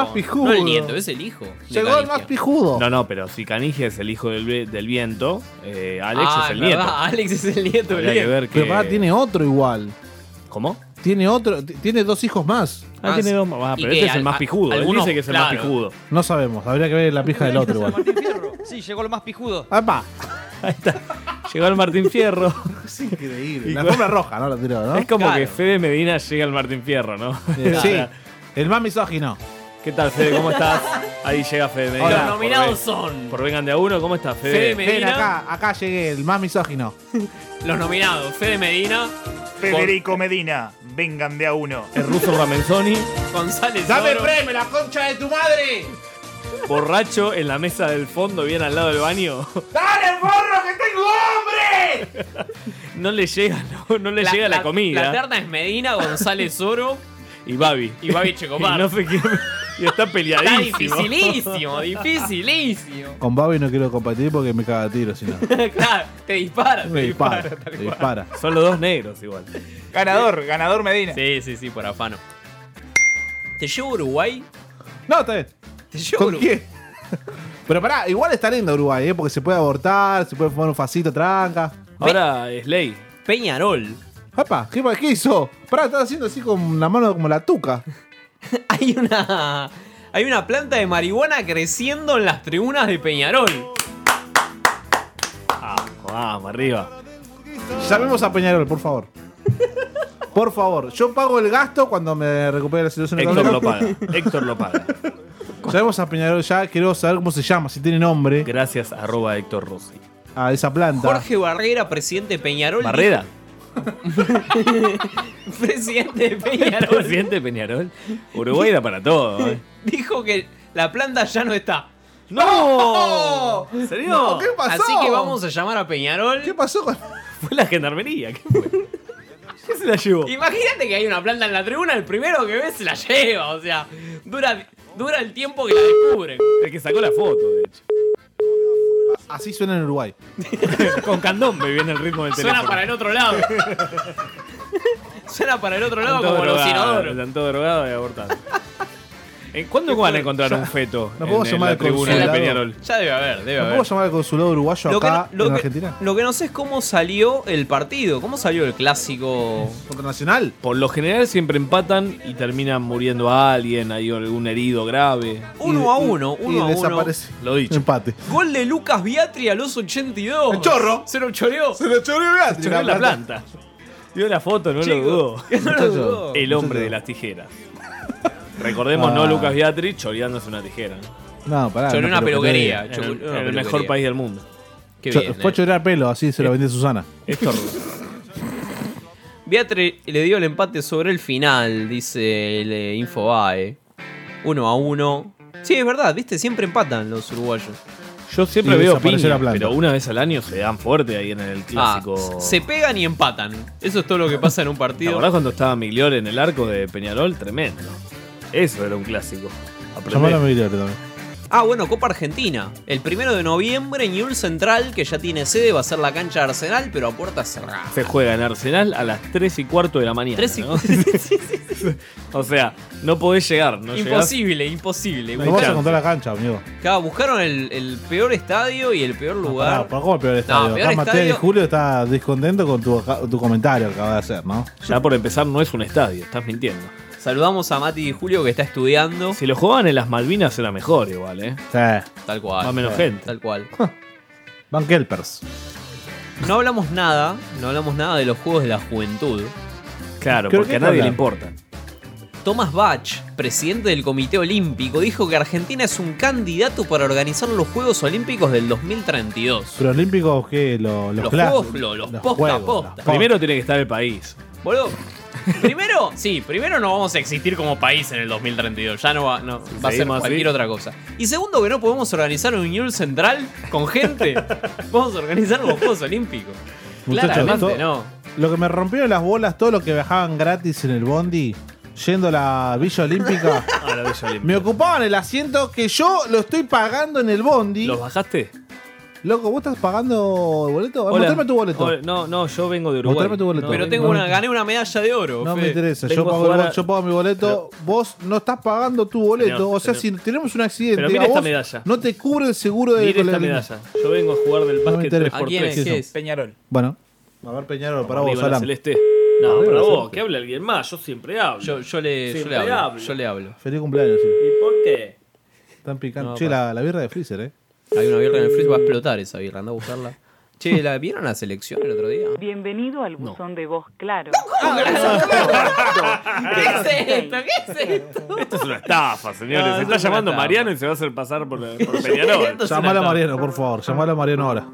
Speaker 2: No el nieto, es el hijo. de Canigia.
Speaker 1: pijudo.
Speaker 3: No, no, pero si Canigia es el hijo del, vi- del viento, eh, Alex
Speaker 2: Ah,
Speaker 3: es el
Speaker 2: es verdad,
Speaker 3: nieto.
Speaker 2: Alex es el nieto del
Speaker 3: Habría que
Speaker 2: viento.
Speaker 3: ver que...
Speaker 1: Pero pará, tiene otro igual.
Speaker 3: ¿Cómo?
Speaker 1: Tiene otro, t- tiene dos hijos más.
Speaker 3: Ah, tiene dos más. Ah,
Speaker 2: ¿Y
Speaker 3: pero
Speaker 2: qué?
Speaker 3: este es el
Speaker 2: Al-
Speaker 3: más pijudo. Él
Speaker 2: algunos,
Speaker 3: dice que es el más
Speaker 2: claro.
Speaker 3: pijudo.
Speaker 1: No sabemos, habría que ver la pija del otro igual.
Speaker 8: Sí, llegó lo más pijudo.
Speaker 1: ¡Apa!
Speaker 3: Llegó el Martín Fierro.
Speaker 1: Es increíble.
Speaker 3: Y bueno.
Speaker 1: La alfombra roja, ¿no? La tiró, ¿no?
Speaker 3: Es como
Speaker 1: Claro.
Speaker 3: que Fede Medina llega al Martín Fierro, ¿no?
Speaker 1: Eh, Sí, el más misógino.
Speaker 3: ¿Qué tal, Fede? ¿Cómo estás? Ahí llega Fede Medina.
Speaker 1: Hola.
Speaker 3: Por
Speaker 1: Los
Speaker 2: nominados
Speaker 3: ven-
Speaker 2: son-
Speaker 3: Por vengan de a uno, ¿cómo estás, Fede?
Speaker 2: Fede Medina.
Speaker 1: Ven acá, acá llegué, el más misógino.
Speaker 2: Los nominados, Fede Medina,
Speaker 13: Federico Medina, vengan de a uno.
Speaker 3: El ruso Ramenzoni,
Speaker 2: González
Speaker 13: ¡Dame
Speaker 2: Oro,
Speaker 13: premio, la concha de tu madre!
Speaker 3: borracho en la mesa del fondo, bien al lado del baño.
Speaker 13: ¡Dale, morro, que tengo hambre!
Speaker 3: No le llega, no, no le llega la, comida.
Speaker 2: La terna es Medina,
Speaker 3: (laughs)
Speaker 2: González Oro
Speaker 3: y Babi.
Speaker 2: y Babi
Speaker 3: (laughs) Y,
Speaker 2: Checopar.
Speaker 3: no sé qué- y está
Speaker 2: Está
Speaker 3: peleadísimo.
Speaker 2: dificilísimo, dificilísimo. (laughs)
Speaker 1: Con Babi no quiero compartir porque me caga a tiro, (laughs) si no.
Speaker 2: claro, te dispara,
Speaker 1: Me
Speaker 2: te dispara.
Speaker 1: dispara, me dispara.
Speaker 3: Son los dos negros igual.
Speaker 5: Ganador, ganador Medina.
Speaker 2: Sí, sí, sí, por afano. ¿Te llevo a Uruguay?
Speaker 1: No, está bien.
Speaker 2: ¿Te llevo a
Speaker 1: ¿Con
Speaker 2: Uruguay?
Speaker 1: qué? Pero pará, igual está lindo Uruguay, ¿eh? Porque se puede abortar, se puede fumar un facito, tranca.
Speaker 3: Ahora es ley.
Speaker 2: Peñarol. (laughs)
Speaker 1: Apa, ¿qué, qué hizo? Pará, estás haciendo así con la mano como la tuca.
Speaker 2: Hay una. Hay una planta de marihuana creciendo en las tribunas de Peñarol.
Speaker 3: Vamos, arriba.
Speaker 1: Llamemos a Peñarol, por favor. Por favor, yo pago el gasto cuando me recupere la situación
Speaker 3: Héctor
Speaker 1: económica.
Speaker 3: lo paga. Héctor lo paga.
Speaker 1: Llamemos a Peñarol ya, quiero saber cómo se llama, si tiene nombre
Speaker 3: Gracias, arroba Héctor Rossi.
Speaker 1: a esa planta.
Speaker 2: Jorge Barrera, presidente de Peñarol.
Speaker 3: ¿Barrera?
Speaker 2: dijo- (laughs) Presidente de
Speaker 1: (laughs)
Speaker 2: Peñarol.
Speaker 3: Presidente de Peñarol. Uruguay da para todo. ¿eh?
Speaker 2: Dijo que la planta ya no está.
Speaker 3: ¡No! ¿En serio?
Speaker 1: No, ¿qué pasó?
Speaker 2: Así que vamos a llamar a Peñarol.
Speaker 1: ¿Qué pasó con.?
Speaker 3: Fue la gendarmería. ¿Qué fue? ¿Qué se la llevó?
Speaker 2: Imagínate que hay una planta en la tribuna, el primero que ve se la lleva. O sea, dura, dura el tiempo que la descubren.
Speaker 3: El que sacó la foto, de hecho. (laughs)
Speaker 1: Así suena en Uruguay.
Speaker 3: Con candombe viene el ritmo del teléfono.
Speaker 2: Suena para el
Speaker 3: (laughs)
Speaker 2: otro lado. Suena para el otro lado
Speaker 3: Están todos
Speaker 2: como los
Speaker 3: drogados,
Speaker 2: inodoros.
Speaker 3: Están todos drogados y abortados. ¿En cuándo van a encontrar un feto
Speaker 1: no
Speaker 3: en,
Speaker 1: podemos
Speaker 3: en
Speaker 1: llamar
Speaker 3: la
Speaker 1: al
Speaker 3: tribuna de
Speaker 1: consulado.
Speaker 3: Peñarol?
Speaker 2: Ya debe haber, debe
Speaker 1: ¿No
Speaker 2: haber.
Speaker 1: puedo llamar al consulado uruguayo acá
Speaker 2: no- lo
Speaker 1: en
Speaker 2: que-
Speaker 1: Argentina?
Speaker 2: lo que no sé es cómo salió el partido, cómo salió el clásico.
Speaker 1: ¿Contra Nacional?
Speaker 3: Por lo general siempre empatan y terminan muriendo a alguien, hay algún herido grave.
Speaker 2: Uno a uno,
Speaker 1: y
Speaker 2: uno a uno.
Speaker 1: desaparece.
Speaker 3: Lo dicho.
Speaker 1: Empate.
Speaker 2: Gol de Lucas Biatri a los 82.
Speaker 1: El chorro.
Speaker 2: Se lo choreó.
Speaker 1: Se lo chorreó Blas.
Speaker 3: Choró en la planta. Vio la foto, no lo
Speaker 2: Chico,
Speaker 3: dudó.
Speaker 2: que (laughs) no lo
Speaker 1: Muchacho.
Speaker 2: dudó.
Speaker 3: El hombre de las tijeras. Recordemos, no
Speaker 1: Ah.
Speaker 3: Lucas Beatriz choreándose una tijera. Ah, ¿no?
Speaker 1: No, pará.
Speaker 2: Choró
Speaker 1: no,
Speaker 2: una
Speaker 1: pero
Speaker 2: peluquería.
Speaker 3: En el,
Speaker 2: Choró
Speaker 3: en
Speaker 2: una
Speaker 3: el
Speaker 2: peluquería.
Speaker 3: mejor país del mundo.
Speaker 2: Qué
Speaker 1: qué bien.
Speaker 2: bien,
Speaker 1: Cho- Fue
Speaker 2: eh.
Speaker 1: chorear pelo, así se lo vendió Susana.
Speaker 3: Esto
Speaker 2: Beatri le dio el empate sobre el final, dice el eh, Infobae. Uno a uno. Sí, es verdad, viste, siempre empatan los uruguayos.
Speaker 3: Yo siempre
Speaker 1: Y
Speaker 3: veo
Speaker 1: desapareció
Speaker 3: piña,
Speaker 1: la planta.
Speaker 3: pero una vez al año se dan fuerte ahí en el clásico.
Speaker 2: Ah, se pegan y empatan. Eso es todo lo que pasa en un
Speaker 3: ¿Te (laughs)
Speaker 2: partido.
Speaker 3: acordás cuando estaba Migliore en el arco de Peñarol? Tremendo. Eso era un clásico. Aprendé.
Speaker 1: Llamalo a Miguel también.
Speaker 2: Ah, bueno, Copa Argentina. El primero de noviembre, Newell Central, que ya tiene sede, va a ser la cancha de Arsenal, pero a puerta cerrada.
Speaker 3: Se juega en Arsenal a las 3 y cuarto de la mañana.
Speaker 2: Tres y-
Speaker 3: ¿no? (laughs)
Speaker 2: (laughs)
Speaker 3: o sea, no podés llegar. No llegás.
Speaker 2: imposible, imposible.
Speaker 1: No vas a
Speaker 3: chance.
Speaker 1: contar la cancha, amigo.
Speaker 2: Claro, buscaron el, el peor estadio y el peor
Speaker 1: Ah, Pará,
Speaker 2: lugar.
Speaker 1: pará, ¿Cómo el peor estadio?
Speaker 2: peor
Speaker 1: Acá Matías de
Speaker 2: estadio-
Speaker 1: Julio está descontento con tu, tu comentario que acabas de hacer, ¿no?
Speaker 3: Ya por empezar, no es un estadio, estás mintiendo.
Speaker 2: Saludamos a Mati y Julio que está estudiando.
Speaker 3: Si lo jugaban en las Malvinas era mejor igual, ¿eh?
Speaker 1: Sí.
Speaker 2: Tal cual.
Speaker 3: Más menos gente.
Speaker 2: Tal cual.
Speaker 1: Van Kelpers.
Speaker 2: No hablamos nada, no hablamos nada de los juegos de la juventud.
Speaker 3: Claro,
Speaker 1: Creo
Speaker 3: porque
Speaker 1: que
Speaker 3: a nadie
Speaker 1: hablar.
Speaker 3: le importa.
Speaker 2: Thomas Bach, presidente del Comité Olímpico, dijo que Argentina es un candidato para organizar los Juegos Olímpicos del 2032.
Speaker 1: Pero olímpicos que los, los
Speaker 2: Los
Speaker 1: clásicos.
Speaker 2: juegos, lo- los posta, posta.
Speaker 1: los
Speaker 3: Primero tiene que estar el país.
Speaker 2: Boludo,
Speaker 1: (laughs)
Speaker 2: primero, sí, primero no vamos a existir como país en el 2032. Ya no va, no, va a ser
Speaker 3: seguimos así.
Speaker 2: cualquier otra cosa. Y segundo, que no
Speaker 1: (laughs)
Speaker 2: podemos organizar un Unión Central con gente. vamos a organizar los Juegos Olímpicos.
Speaker 1: Muchachos,
Speaker 2: Claramente,
Speaker 1: to-
Speaker 2: no.
Speaker 1: lo que me rompieron las bolas, todos los que viajaban gratis en el Bondi, yendo a la Villa
Speaker 2: (laughs)
Speaker 1: Olímpica, me ocupaban el asiento que yo lo estoy pagando en el Bondi. ¿Los
Speaker 3: bajaste?
Speaker 1: Loco, ¿vos estás pagando el boleto?
Speaker 3: Hola.
Speaker 1: Mostrame tu boleto.
Speaker 3: Hola, No, no, yo vengo de Uruguay.
Speaker 1: Mostrame tu boleto.
Speaker 2: Pero
Speaker 1: No,
Speaker 2: tengo
Speaker 1: no
Speaker 2: una,
Speaker 1: me-
Speaker 2: gané una medalla de oro.
Speaker 1: No
Speaker 2: Fe.
Speaker 1: me interesa, yo
Speaker 2: Vengo a
Speaker 1: pago, el
Speaker 2: jugar
Speaker 1: bol-
Speaker 2: a-
Speaker 1: yo pago mi boleto, vos no estás pagando tu boleto.
Speaker 3: Señor,
Speaker 1: o sea,
Speaker 3: señor.
Speaker 1: si tenemos un accidente,
Speaker 3: Pero mire
Speaker 1: a
Speaker 3: esta
Speaker 1: vos
Speaker 3: medalla.
Speaker 1: no te cubre el seguro de
Speaker 3: Mire esta
Speaker 1: la-
Speaker 3: medalla. Yo vengo a jugar del
Speaker 1: me
Speaker 3: básquet
Speaker 1: interesa.
Speaker 3: 3x3.
Speaker 1: ¿A quién es?
Speaker 3: Peñarol.
Speaker 1: Bueno. A ver, Peñarol, para vos,
Speaker 3: Arriba la
Speaker 1: Alan.
Speaker 3: celeste. No,
Speaker 1: Arriba
Speaker 3: para
Speaker 1: la
Speaker 3: vos,
Speaker 1: celeste.
Speaker 3: que hable alguien más. Yo siempre hablo.
Speaker 2: Yo, yo le, yo
Speaker 3: Siempre
Speaker 2: le hablo,
Speaker 3: hablo.
Speaker 2: Yo le hablo.
Speaker 1: Feliz cumpleaños. sí.
Speaker 3: ¿Y por qué?
Speaker 1: Están picando.
Speaker 2: No,
Speaker 1: che,
Speaker 2: para.
Speaker 1: la, la birra de Freezer, eh.
Speaker 2: Hay una birra en el freezer, va a explotar esa birra. Anda a buscarla. Che, ¿la vieron la selección el otro día?
Speaker 14: Bienvenido al buzón de voz claro.
Speaker 2: ¿Qué es esto?
Speaker 3: Esto es una estafa, señores.
Speaker 1: No,
Speaker 3: se
Speaker 1: es
Speaker 3: está
Speaker 1: una
Speaker 3: llamando
Speaker 1: estafa.
Speaker 3: Mariano y se va a hacer pasar por, por
Speaker 1: (laughs)
Speaker 3: Peñarol.
Speaker 1: Llamalo a Mariano, por favor. Llamalo a Mariano ahora.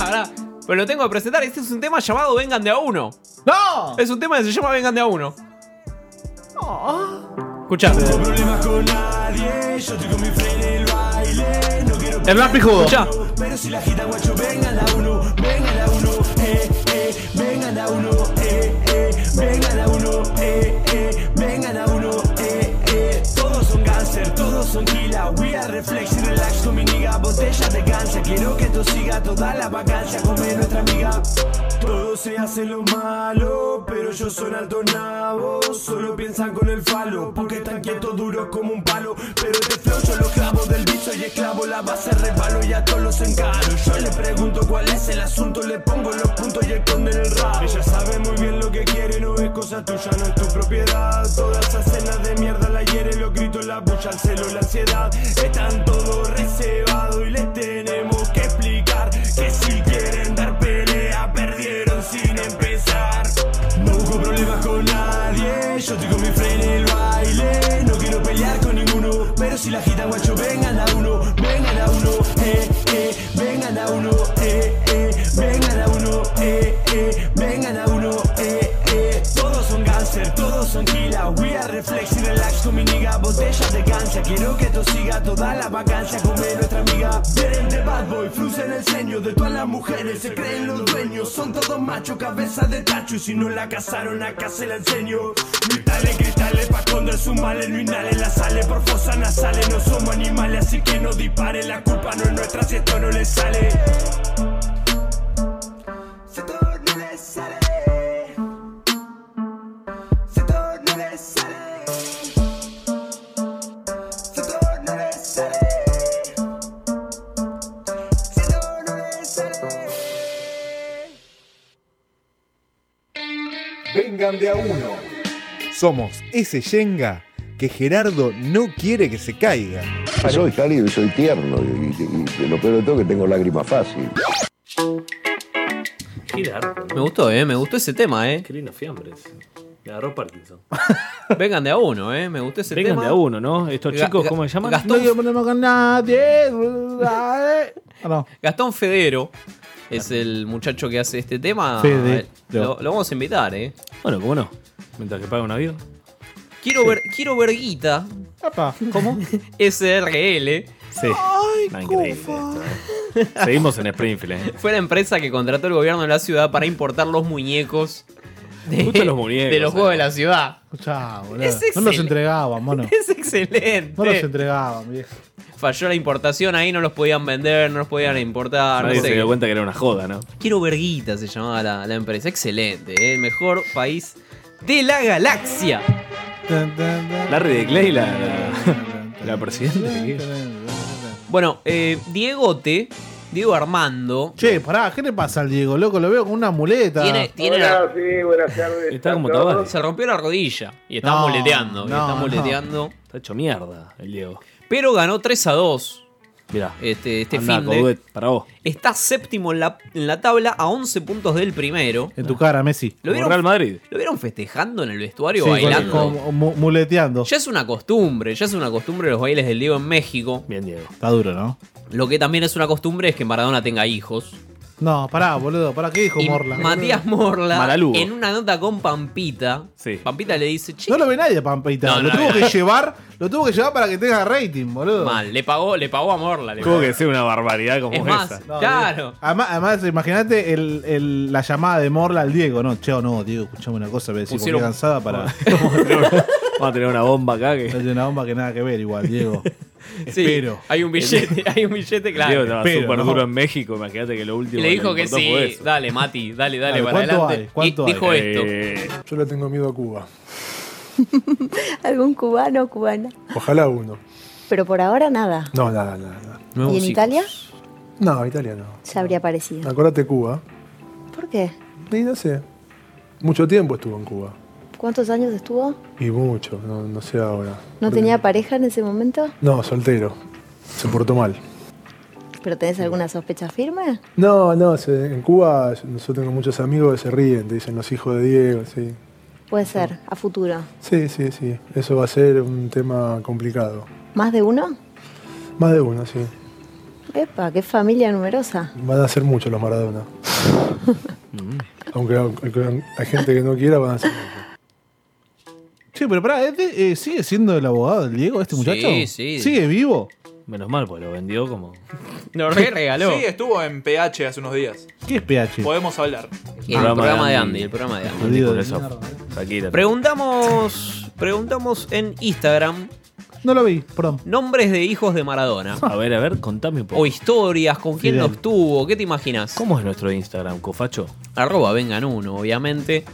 Speaker 2: Ahora, pero lo tengo que presentar. Este es un tema llamado Vengan de a uno.
Speaker 1: ¡No!
Speaker 2: Es un tema que se llama Vengan de a uno.
Speaker 3: Ah.
Speaker 2: Escucha.
Speaker 1: Hernán Pijudo.
Speaker 2: Escucha.
Speaker 13: Pero si la agita, guacho, vengan a uno, vengan a uno, eh, eh, vengan a uno, eh, eh, vengan a uno, eh, eh, vengan a uno, eh, eh. Todos son cáncer, todos son gila, we are reflex y relax con mi niga, botella de cancha, quiero que esto siga toda la vacancia, come nuestra amiga. Todos se hacen lo malo, pero yo son alto nabo, solo piensan con el falo, porque están quietos duros como un palo, pero este flow yo lo clavo del bicho y esclavo la base repalo y a todos los encaro. Yo le pregunto cuál es el asunto, le pongo los puntos y esconden el rabo. Ella sabe muy bien lo que quiere, no es cosa tuya, no es tu propiedad. Todas esas cenas de mierda la hiere, los gritos, la bulla, el celo, la ansiedad. Están todos reservados y les tenemos que explicar que si quieren dar pelea, perdieron sin empezar. No hubo problemas con nadie, yo estoy con mi freno en el baile. No quiero pelear con ninguno, pero si la agitan, guacho, vengan a uno, vengan a uno, eh, eh, vengan a uno, eh, eh, vengan a uno, eh, eh, vengan a uno, eh, eh. Todos son cáncer, todos son gila, we are reflex y relax con mi niga, botellas de cancha. Quiero que esto siga toda la vacancia, come nuestra amiga. Vienen de bad boy, flus en el ceño de todas las mujeres, se creen los dueños. Son todos machos, cabeza de tacho, y si no la casaron, acá se la enseño. Vitales, cristales, pa' esconder su males, no inhalen la sale por fosas nasales. No somos animales, así que no disparen, la culpa no es nuestra si esto no les sale. Si esto no les sale. Si esto no les sale. Si esto no les sale. Si esto no les sale.
Speaker 11: Vengan de a uno. Somos ese yenga que Gerardo no quiere que se caiga.
Speaker 15: Soy cálido y soy tierno. Y, y- y lo peor de todo es que tengo lágrimas fácil.
Speaker 2: Me gustó, eh. Me gustó ese tema, eh.
Speaker 3: Qué lindo fiambres. Me agarró Parkinson.
Speaker 2: Vengan de a uno, eh. Me gustó ese
Speaker 3: Vengan
Speaker 2: Este tema.
Speaker 3: de a uno, ¿no? Estos
Speaker 2: Ga-
Speaker 3: chicos,
Speaker 2: ga-
Speaker 3: ¿cómo se llaman?
Speaker 1: No
Speaker 2: Gastón,
Speaker 1: hay problema
Speaker 3: (laughs)
Speaker 1: con nadie. Ah, no.
Speaker 2: Gastón Federo es el muchacho que hace este tema.
Speaker 3: Fede.
Speaker 2: Lo, lo vamos a invitar, eh.
Speaker 3: Bueno, cómo no. Mientras que paga una vida.
Speaker 2: Quiero ver, quiero ver guita.
Speaker 1: ¿Cómo?
Speaker 2: SRL.
Speaker 3: Sí. increíble ¿eh? Seguimos en Springfield, ¿eh?
Speaker 2: Fue la empresa que contrató el gobierno de la ciudad para importar los muñecos de
Speaker 3: Justo los muñecos, eh.
Speaker 2: de los juegos de la ciudad. (laughs)
Speaker 1: Escuchá, boludo.
Speaker 2: Es
Speaker 1: No los
Speaker 2: excelente.
Speaker 1: entregaban, mono.
Speaker 2: Es excelente.
Speaker 1: No los entregaban, viejo.
Speaker 2: Falló la importación, ahí no los podían vender, no los podían
Speaker 3: Nadie
Speaker 2: importar. Ah, no sé
Speaker 3: se
Speaker 2: qué.
Speaker 3: dio cuenta que era una joda, ¿no?
Speaker 2: Quiero Verguita se llamaba la, la empresa. Excelente, ¿eh? el mejor país de la galaxia.
Speaker 3: Larry de Clay, la,
Speaker 2: (laughs)
Speaker 3: la, la presidenta. ¿qué?
Speaker 2: Bueno, eh, Diegote, Diego Armando.
Speaker 1: Che, pará, ¿qué le pasa al Diego, loco? Lo veo con una muleta.
Speaker 2: Tiene, tiene
Speaker 12: Hola,
Speaker 2: la-
Speaker 12: Ah, sí, buenas tardes. ¿Están todos?
Speaker 2: Se rompió la rodilla y está
Speaker 3: No,
Speaker 2: moleteando. y
Speaker 3: no,
Speaker 2: está
Speaker 3: no.
Speaker 2: moleteando.
Speaker 3: Está hecho mierda el Diego.
Speaker 2: Pero ganó 3 a 2
Speaker 3: Mirá.
Speaker 2: este, este
Speaker 3: Andá,
Speaker 2: fin de.
Speaker 3: Coduet, para vos.
Speaker 2: Está séptimo en la, en la tabla a 11 puntos del primero.
Speaker 1: En tu cara, Messi.
Speaker 2: ¿Lo vieron,
Speaker 3: Real Madrid.
Speaker 2: ¿Lo vieron festejando en el vestuario
Speaker 1: Sí,
Speaker 2: bailando?
Speaker 1: con- con- mu- muleteando.
Speaker 2: Ya es una costumbre, ya es una costumbre los bailes del Diego en México.
Speaker 3: Bien, Diego.
Speaker 1: Está duro, ¿no?
Speaker 2: Lo que también es una costumbre es que Maradona tenga hijos.
Speaker 1: No, pará, boludo, pará, ¿qué dijo
Speaker 2: Y
Speaker 1: Morla?
Speaker 2: Matías Morla,
Speaker 1: Malalugo.
Speaker 2: en una nota con Pampita, Pampita le dice, che,
Speaker 1: No lo ve nadie, Pampita.
Speaker 2: No, no
Speaker 1: lo
Speaker 2: lo
Speaker 1: tuvo
Speaker 2: ve
Speaker 1: que
Speaker 2: nadie.
Speaker 1: llevar, lo tuvo que llevar para que tenga rating, boludo.
Speaker 2: mal, le pagó, le pagó a Morla. le
Speaker 3: Tuvo
Speaker 2: pagó.
Speaker 3: que ser una barbaridad como
Speaker 2: Es más,
Speaker 3: esa.
Speaker 2: No, Claro.
Speaker 1: Además, además imagínate el- el- la llamada de Morla al Diego, ¿no? Che, no, Diego, escuchame una cosa, me decís, porque
Speaker 3: Pusieron-
Speaker 1: cansada para.
Speaker 3: Vamos a tener una bomba acá que.
Speaker 1: Hay (laughs) una bomba que nada que ver igual, Diego.
Speaker 2: Sí,
Speaker 1: Espero.
Speaker 2: Hay un billete, (laughs) hay un billete, claro.
Speaker 3: Diego estaba
Speaker 1: Pero,
Speaker 3: súper
Speaker 1: ¿no?
Speaker 3: duro en México, imagínate que lo último.
Speaker 2: Y le dijo que
Speaker 3: importó
Speaker 2: sí,
Speaker 3: fue eso.
Speaker 2: dale, Mati, dale, dale,
Speaker 3: Claro,
Speaker 2: para
Speaker 3: ¿cuánto
Speaker 2: adelante.
Speaker 3: hay? ¿Cuánto
Speaker 2: y
Speaker 3: hay?
Speaker 2: dijo
Speaker 3: Eh,
Speaker 2: esto.
Speaker 16: Yo le tengo miedo a Cuba.
Speaker 17: (laughs) ¿Algún cubano o cubana?
Speaker 16: Ojalá uno.
Speaker 17: Pero por ahora nada.
Speaker 16: No, nada, nada. nada.
Speaker 17: ¿Y en Italia?
Speaker 16: No, Italia no.
Speaker 17: Ya habría aparecido.
Speaker 16: Acuérdate Cuba.
Speaker 17: ¿Por qué?
Speaker 16: Y no sé. Mucho tiempo estuvo en Cuba.
Speaker 17: ¿Cuántos años estuvo?
Speaker 16: Y mucho, no, no sé ahora.
Speaker 17: ¿No tenía pareja en ese momento?
Speaker 16: No, soltero. Se portó mal.
Speaker 17: ¿Pero tenés alguna sospecha firme?
Speaker 16: No, no, se- en Cuba yo tengo muchos amigos que se ríen, te dicen los hijos de Diego, sí.
Speaker 17: Puede ser, a futuro.
Speaker 16: Sí, sí, sí. Eso va a ser un tema complicado.
Speaker 17: ¿Más de uno?
Speaker 16: Más de uno, sí.
Speaker 17: Epa, qué familia numerosa.
Speaker 16: Van a ser muchos los Maradona. aunque, aunque hay gente que no quiera, van a ser muchos.
Speaker 1: Che, pero pará, ¿es de- eh, ¿sigue siendo el abogado del Diego este muchacho?
Speaker 3: sí.
Speaker 1: ¿Sigue vivo?
Speaker 3: Menos mal, pues lo vendió como.
Speaker 2: Lo
Speaker 5: Sí, estuvo en PH hace unos días.
Speaker 1: ¿Qué es PH?
Speaker 5: Podemos hablar.
Speaker 2: El programa, de Andy, el programa de Andy.
Speaker 3: Por eso. Shakira.
Speaker 2: Preguntamos, preguntamos en Instagram.
Speaker 1: No lo vi, perdón.
Speaker 2: Nombres de hijos de Maradona.
Speaker 3: A ver, a ver, contame un poco.
Speaker 2: O historias, con quién
Speaker 3: Fidel.
Speaker 2: los tuvo, ¿qué te imaginas?
Speaker 3: ¿Cómo es nuestro Instagram, Cofacho?
Speaker 2: Arroba vengan uno, obviamente.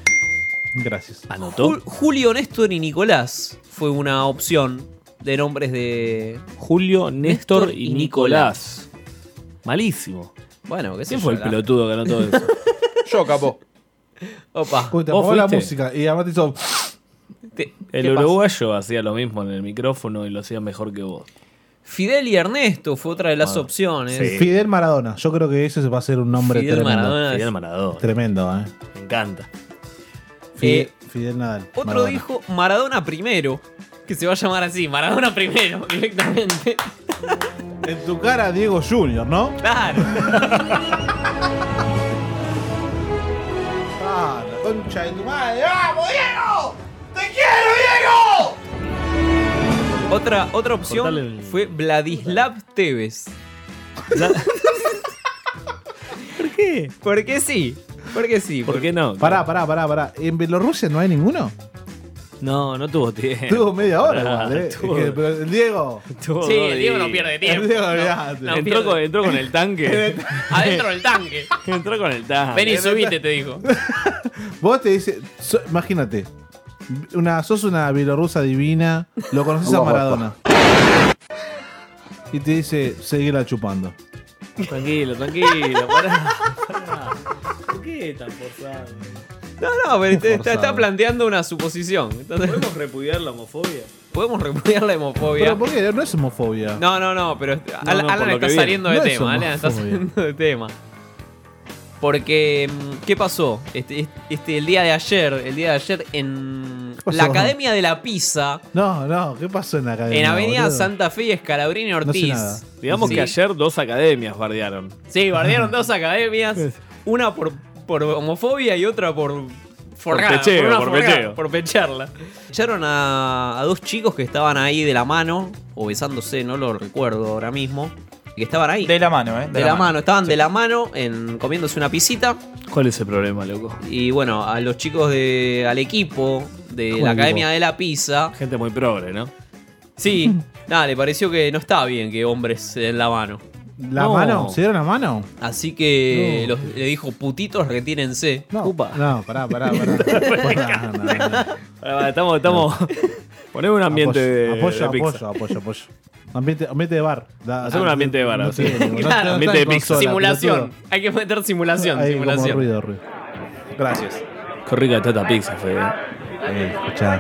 Speaker 1: Gracias.
Speaker 3: ¿Anotó?
Speaker 2: Ju- Julio Néstor y Nicolás fue una opción de nombres de.
Speaker 3: Julio, Néstor y Nicolás. Malísimo.
Speaker 2: Bueno, ¿qué sé
Speaker 3: ¿Quién
Speaker 2: yo,
Speaker 3: fue el
Speaker 2: la-
Speaker 3: pelotudo que anotó eso?
Speaker 2: (laughs)
Speaker 5: Yo, capo.
Speaker 2: Opa.
Speaker 1: Porque te
Speaker 3: ¿Vos
Speaker 1: apagó la
Speaker 3: fuiste?
Speaker 1: música y además te hizo.
Speaker 2: Te-
Speaker 3: El
Speaker 2: ¿qué pasa?
Speaker 3: uruguayo hacía lo mismo en el micrófono y lo hacía mejor que vos.
Speaker 2: Fidel y Ernesto fue otra de las
Speaker 3: Bueno,
Speaker 2: opciones.
Speaker 1: Fidel Maradona. Yo creo que ese va a ser un nombre
Speaker 2: Fidel
Speaker 1: tremendo.
Speaker 2: Maradona. Fidel
Speaker 3: Maradona.
Speaker 1: Tremendo, ¿eh?
Speaker 3: Me encanta.
Speaker 1: Fidel,
Speaker 2: Eh,
Speaker 1: Fidel Nadal.
Speaker 2: Otro
Speaker 1: Maradona.
Speaker 2: dijo Maradona primero. Que se va a llamar así, Maradona primero, (laughs) directamente.
Speaker 1: En tu cara, Diego Junior, ¿no?
Speaker 2: Claro.
Speaker 1: Ah, la concha de tu madre.
Speaker 4: ¡Vamos, Diego! ¡Te quiero,
Speaker 2: Otra, otra opción fue Vladislav Tevez. (laughs)
Speaker 3: ¿Por qué?
Speaker 2: Porque sí. Porque sí.
Speaker 3: ¿Por qué no?
Speaker 1: Pará, pará, pará, pará. ¿En Bielorrusia no hay ninguno?
Speaker 3: No, no tuvo tiempo.
Speaker 1: Tuvo media hora
Speaker 3: Eh, Pará,
Speaker 1: igual, ¿eh?
Speaker 3: tuvo-
Speaker 1: Es que- pero el Diego.
Speaker 3: (laughs) tuvo
Speaker 2: Sí,
Speaker 3: dos
Speaker 2: el Diego
Speaker 3: días.
Speaker 2: no pierde
Speaker 3: (laughs)
Speaker 2: tiempo.
Speaker 1: El Diego,
Speaker 2: No,
Speaker 1: olvidate.
Speaker 2: no
Speaker 3: entró,
Speaker 2: pierde.
Speaker 3: con, entró con el
Speaker 1: (laughs)
Speaker 3: tanque.
Speaker 2: Adentro del tanque.
Speaker 3: entró con el tanque.
Speaker 2: Ven y subite, te
Speaker 3: (laughs)
Speaker 2: dijo.
Speaker 1: Vos te dices, so- imagínate, una, sos una bielorrusa divina, lo conoces a
Speaker 3: Guapa.
Speaker 1: Maradona. Y te dice, seguirla chupando.
Speaker 3: Tranquilo, tranquilo.
Speaker 2: (laughs)
Speaker 3: Pará. pará. ¿Por qué tan forzado?
Speaker 2: No, no, pero te- está,
Speaker 3: forzado.
Speaker 2: está planteando una suposición. Entonces,
Speaker 3: ¿Podemos repudiar la homofobia?
Speaker 2: podemos repudiar la homofobia.
Speaker 1: Pero ¿por qué? No es homofobia.
Speaker 2: No, no, no, pero
Speaker 3: No,
Speaker 2: Alan,
Speaker 3: no,
Speaker 2: Alan
Speaker 3: por lo
Speaker 2: está
Speaker 3: que viene.
Speaker 2: saliendo de
Speaker 3: No es
Speaker 2: tema. Alan está
Speaker 3: homofobia.
Speaker 2: saliendo de tema. Porque, mm, ¿qué pasó? Este, este, el día de ayer, el día de ayer en
Speaker 1: pasó?
Speaker 2: la Academia de la Pizza,
Speaker 1: No, no, ¿qué pasó en la academia?
Speaker 2: en Avenida
Speaker 1: boludo?
Speaker 2: Santa Fe y Escalabrini Ortiz.
Speaker 1: nada.
Speaker 3: Digamos
Speaker 2: Sí.
Speaker 3: que ayer dos academias bardearon.
Speaker 2: Sí, bardearon dos academias. Una por, por homofobia y otra por. Forrada,
Speaker 3: pecheo,
Speaker 2: una
Speaker 3: por
Speaker 2: forrada,
Speaker 3: pecheo.
Speaker 2: por pecharla. Echaron a, a dos chicos que estaban ahí de la mano, o besándose, no lo recuerdo ahora mismo. Que estaban ahí.
Speaker 5: De la mano, ¿eh?
Speaker 2: De, la, mano. estaban de la mano en, comiéndose una pisita.
Speaker 3: ¿Cuál es el problema, loco?
Speaker 2: Y bueno, a los chicos de. al equipo de
Speaker 3: ¿Cómo equipo?
Speaker 2: la Academia de la Pizza.
Speaker 3: Gente muy progre, ¿no?
Speaker 2: Sí, (laughs) nada, le pareció que no estaba bien que hombres se den la mano.
Speaker 1: ¿La
Speaker 2: No.
Speaker 1: mano? ¿Se dieron la mano?
Speaker 2: Así que los- le dijo, putitos, retírense.
Speaker 1: No, pará,
Speaker 2: (laughs)
Speaker 1: pará, pará. Pará, no, no.
Speaker 3: Pará, pará, Estamos,
Speaker 1: (laughs)
Speaker 3: estamos. Ponemos un ambiente de.
Speaker 1: apoyo,
Speaker 3: de
Speaker 1: apoyo,
Speaker 3: pizza.
Speaker 1: apoyo, apoyo. Ambiente, ambiente de bar. Da-
Speaker 3: Hacemos un ambiente de bar,
Speaker 1: no
Speaker 3: así.
Speaker 1: tiene, no- no- no
Speaker 3: Claro.
Speaker 1: está
Speaker 3: Ambiente de
Speaker 1: en
Speaker 3: pizza.
Speaker 1: consola,
Speaker 2: Simulación.
Speaker 1: pelotudo.
Speaker 2: Hay que meter simulación,
Speaker 1: Ahí, como
Speaker 2: simulación.
Speaker 1: ruido, ruido. Gracias.
Speaker 3: Qué rica está esta pizza, Fede.
Speaker 1: Eh, Ey, escuchá.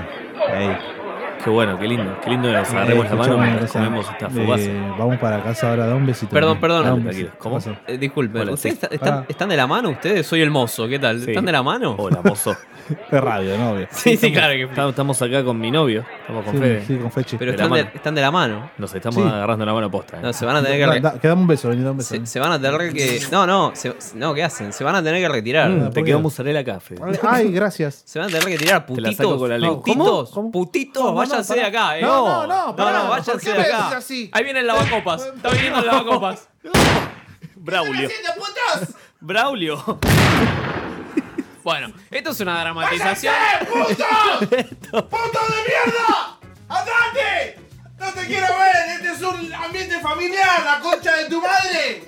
Speaker 1: Ey.
Speaker 3: ¿eh? Qué bueno, qué lindo. Qué lindo nos agarremos
Speaker 1: Eh,
Speaker 3: la mano
Speaker 1: escuchame,
Speaker 3: mientras
Speaker 1: Rosa,
Speaker 3: comemos esta
Speaker 1: eh,
Speaker 3: fugaza.
Speaker 1: vamos para casa ahora, da un besito.
Speaker 2: Perdón, perdón.
Speaker 1: Da un
Speaker 2: Dale,
Speaker 1: besito.
Speaker 3: ¿Cómo?
Speaker 1: Pasa.
Speaker 2: Eh, disculpen,
Speaker 1: Hola,
Speaker 2: ¿ustedes
Speaker 1: sí.
Speaker 2: está- están,
Speaker 1: Pará.
Speaker 2: están de la mano? Ustedes, soy el mozo, ¿qué tal? ¿Están de la mano?
Speaker 3: Hola, mozo.
Speaker 1: Es radio, ¿no? Obvio.
Speaker 2: (laughs) Sí, sí, claro que
Speaker 3: Estamos, estamos acá con mi novio. Estamos con
Speaker 1: Sí,
Speaker 3: Fede.
Speaker 1: sí, con Fechi.
Speaker 2: Pero
Speaker 3: de la
Speaker 2: están de,
Speaker 3: mano.
Speaker 2: están de la mano.
Speaker 3: Nos estamos
Speaker 1: Sí. Mm,
Speaker 3: agarrando la mano posta. ¿eh?
Speaker 2: No, se van a tener que.
Speaker 1: Da-
Speaker 2: re-
Speaker 1: da- que dame un beso, vení, dame un beso.
Speaker 2: se, se van a tener que. No, no, se- no, ¿qué hacen? Se van a tener que retirar.
Speaker 3: Mm, te quedó mozzarella acá, Fede.
Speaker 1: Ay, gracias.
Speaker 2: Se van a tener que tirar
Speaker 3: Te
Speaker 2: putitos.
Speaker 3: la saco con la lengua.
Speaker 2: putitos,
Speaker 1: ¿Cómo?
Speaker 2: putitos,
Speaker 1: No, no,
Speaker 2: váyanse
Speaker 1: no,
Speaker 2: de
Speaker 1: pará.
Speaker 2: acá, eh.
Speaker 1: No, no, no,
Speaker 2: no,
Speaker 1: pará. ¿Por
Speaker 2: váyanse
Speaker 1: qué
Speaker 2: de
Speaker 1: me
Speaker 2: acá.
Speaker 1: decís así?
Speaker 2: Ahí viene el
Speaker 1: (laughs)
Speaker 2: lavacopas. Está viniendo el lavacopas.
Speaker 3: Braulio. Braulio.
Speaker 2: Bueno, esto es una dramatización.
Speaker 4: ¡Puto! ¡Puto de mierda! ¡Andate! ¡No te quiero ver! ¡Este es un ambiente familiar! ¡La concha de tu madre!